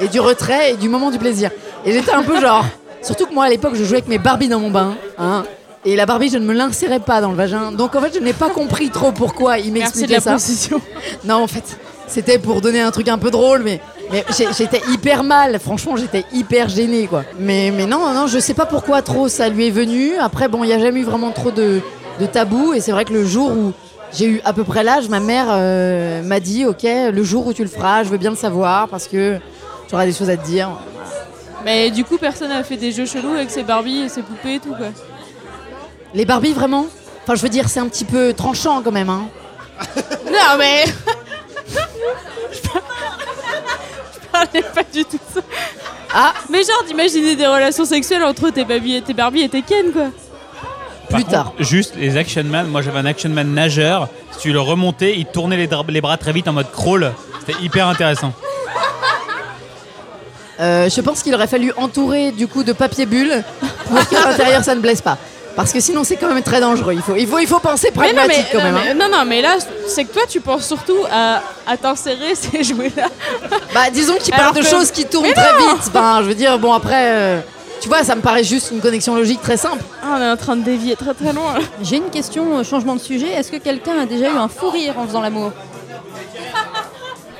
et du retrait et du moment du plaisir. Et j'étais un peu genre. Surtout que moi à l'époque je jouais avec mes Barbies dans mon bain. hein. et la Barbie je ne me l'insérais pas dans le vagin. Donc en fait je n'ai pas compris trop pourquoi il Merci m'expliquait de la ça. précision. Non en fait c'était pour donner un truc un peu drôle mais Mais j'ai- j'étais hyper mal, franchement, j'étais hyper gênée, quoi. Mais, mais non, non, je sais pas pourquoi trop ça lui est venu. Après, bon, il n'y a jamais eu vraiment trop de, de tabou. Et c'est vrai que le jour où j'ai eu à peu près l'âge, ma mère euh, m'a dit Ok, le jour où tu le feras, je veux bien le savoir parce que tu auras des choses à te dire. Mais du coup, personne n'a fait des jeux chelous avec ses Barbie et ses poupées et tout quoi. Les Barbies, vraiment Enfin, je veux dire, c'est un petit peu tranchant quand même, hein. Non mais. je parlais pas du tout de ça. Ah Mais genre d'imaginer des relations sexuelles entre tes Barbie, tes Barbie et tes Ken quoi. Plus tard. Juste les Action Man. Moi, j'avais un Action Man nageur. Si tu le remontais, il tournait les, dra- les bras très vite en mode crawl. C'était hyper intéressant. Euh, je pense qu'il aurait fallu entourer du coup de papier bulle pour qu'à l'intérieur ça ne blesse pas. Parce que sinon c'est quand même très dangereux. Il faut, il faut, il faut penser Mais non, pragmatique mais, quand non, même. mais- hein. non, non, mais là, c'est que toi, tu penses surtout à, à t'insérer ces jouets-là. Bah, disons qu'il parle Alors de que- choses qui tournent Mais très non vite. Enfin, je veux dire, bon après, euh, tu vois, ça me paraît juste une connexion logique très simple. Ah, on est en train de dévier très très loin. J'ai une question, euh, changement de sujet. Est-ce que quelqu'un a déjà eu un fou rire en faisant l'amour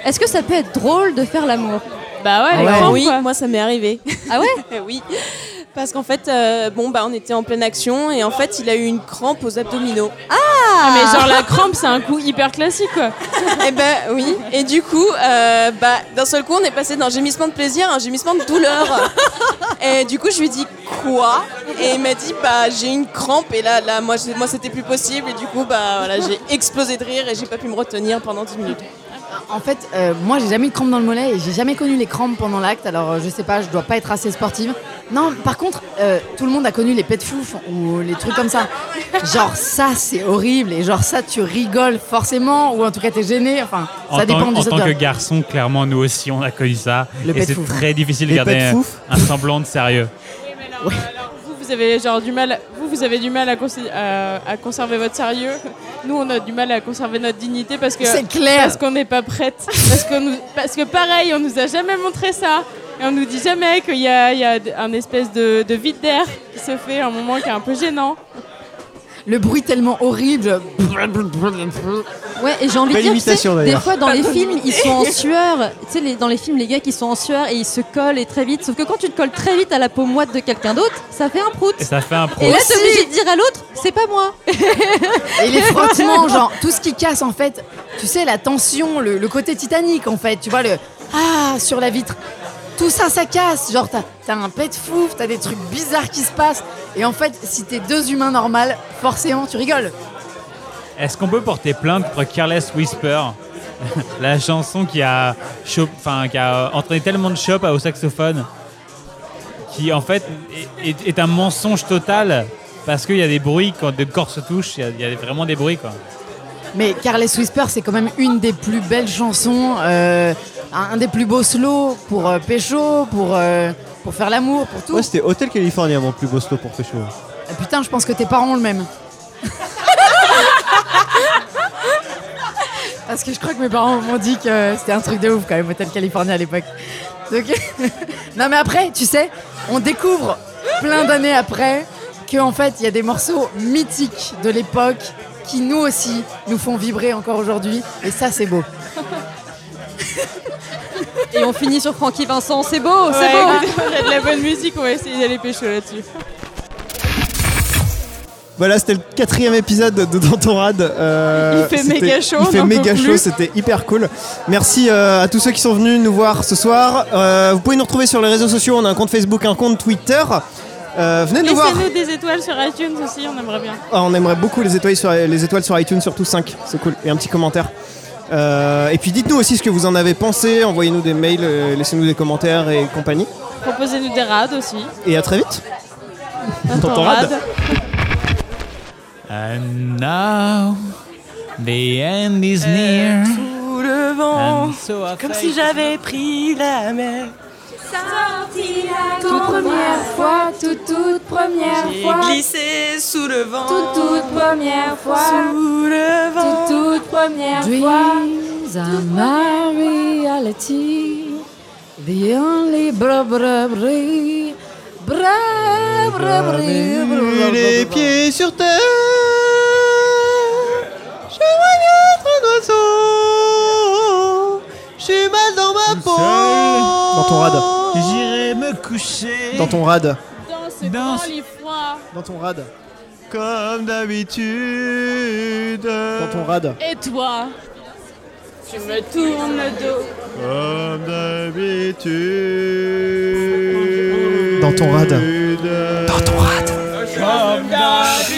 Est-ce que ça peut être drôle de faire l'amour Bah Ah Ouais, les oui, moi ça m'est arrivé. Ah ouais Oui. Parce qu'en fait, euh, bon bah on était en pleine action et en fait il a eu une crampe aux abdominaux. Ah, mais genre la crampe c'est un coup hyper classique quoi. Eh ben oui. Et du coup, euh, bah d'un seul coup on est passé d'un gémissement de plaisir à un gémissement de douleur. et du coup je lui dis quoi Et il m'a dit bah j'ai une crampe et là là moi je- moi c'était plus possible et du coup bah voilà j'ai explosé de rire et j'ai pas pu me retenir pendant 10 minutes. En fait, euh, moi j'ai jamais eu de crampe dans le mollet et j'ai jamais connu les crampes pendant l'acte. Alors euh, je sais pas, je dois pas être assez sportive. Non, par contre, euh, tout le monde a connu les pets de fouf ou les trucs comme ça. Genre ça c'est horrible et genre ça tu rigoles forcément ou en tout cas t'es gêné. Enfin, En ça tant, dépend du en tant que secteur. garçon, clairement, nous aussi, on a connu ça. Le et pet c'est fouf. très difficile de Les garder pets un, fouf. un semblant de sérieux. Vous, vous avez genre du mal, vous, vous avez du mal à, consi- à- à conserver votre sérieux. Nous, on a du mal à conserver notre dignité parce que C'est clair. parce qu'on n'est pas prête, parce que nous, parce que pareil, on nous a jamais montré ça et on nous dit jamais qu'il y a, il y a d- un espèce de, de vide d'air qui se fait à un moment qui est un peu gênant. Le bruit tellement horrible. Ouais, et j'ai envie de Belle dire, tu imitation, sais, des d'ailleurs. fois dans Pas les bonne films, idée. ils sont en sueur. Tu sais, les- dans les films, les gars qui sont en sueur et ils se collent et très vite. Sauf que quand tu te colles très vite à la peau moite de quelqu'un d'autre, ça fait un prout. Et ça fait un pro. Et là, t'es obligé de dire à l'autre, c'est pas moi. Et les frottements, genre tout ce qui casse en fait, tu sais, la tension, le, le côté titanique en fait, tu vois, le ah sur la vitre, tout ça, ça casse. Genre, t'as t'as un pet de fouf, t'as des trucs bizarres qui se passent, et en fait, si t'es deux humains normaux, forcément, tu rigoles. Est-ce qu'on peut porter plainte pour Careless Whisper La chanson qui a, cho- enfin, qui a entraîné tellement de chopes au saxophone, qui en fait est, est- est un mensonge total, parce qu'il y a des bruits, quand deux corps se touchent, il y a- il y, a vraiment des bruits. Quoi. Mais Carles Whisper, c'est quand même une des plus belles chansons, euh, un, un des plus beaux slow pour euh, pécho, pour, euh, pour faire l'amour, pour tout. Moi, c'était Hotel California, mon plus beau slow pour pécho. Ah, Putain, je pense que tes parents ont le même. Parce que je crois que mes parents m'ont dit que c'était un truc de ouf quand même, Hotel California à l'époque. Donc, non mais après, tu sais, on découvre plein d'années après qu'en fait, il y a des morceaux mythiques de l'époque qui nous aussi nous font vibrer encore aujourd'hui. Et ça, c'est beau. Et on finit sur Francky Vincent, c'est beau, c'est Ouais, beau. écoute, Il y a de la bonne musique, on va essayer d'aller pécho là-dessus. Voilà, Bah c'était le quatrième épisode de Dans ton rad. Euh, Il fait c'était- méga chaud, on Il fait en peut méga plus. chaud, c'était hyper cool. Merci euh, à tous ceux qui sont venus nous voir ce soir. Euh, vous pouvez nous retrouver sur les réseaux sociaux. On a un compte Facebook, un compte Twitter. Euh, venez nous voir. Laissez-nous des étoiles sur iTunes aussi, on aimerait bien. Ah, on aimerait beaucoup les étoiles sur, les étoiles sur iTunes, surtout 5. C'est cool. Et un petit commentaire. Euh, et puis dites-nous aussi ce que vous en avez pensé. Envoyez-nous des mails, euh, laissez-nous des commentaires et compagnie. Proposez-nous des rades aussi. Et à très vite. Dans ton rad. rad. And now, the end is near. Sous le vent, And so I comme felt- si j'avais pris la mer. Sorti la Toute première fois, toute toute première J'ai glissé sous le vent. Toute toute première fois. Sous le vent. Toute toute première Dreams are my reality. The only bra bra bra bra bra bra bra Les pieds sur terre, j'aimerais bien être un oiseau. J'ai mal dans ma peau. ton rad. J'irai me coucher. Dans ton rad. Dans ce- Dans ton rad. Comme d'habitude. Dans ton rad. Et toi Tu me tournes le dos. Comme d'habitude. Dans ton rad. Dans ton rad. Comme d'habitude.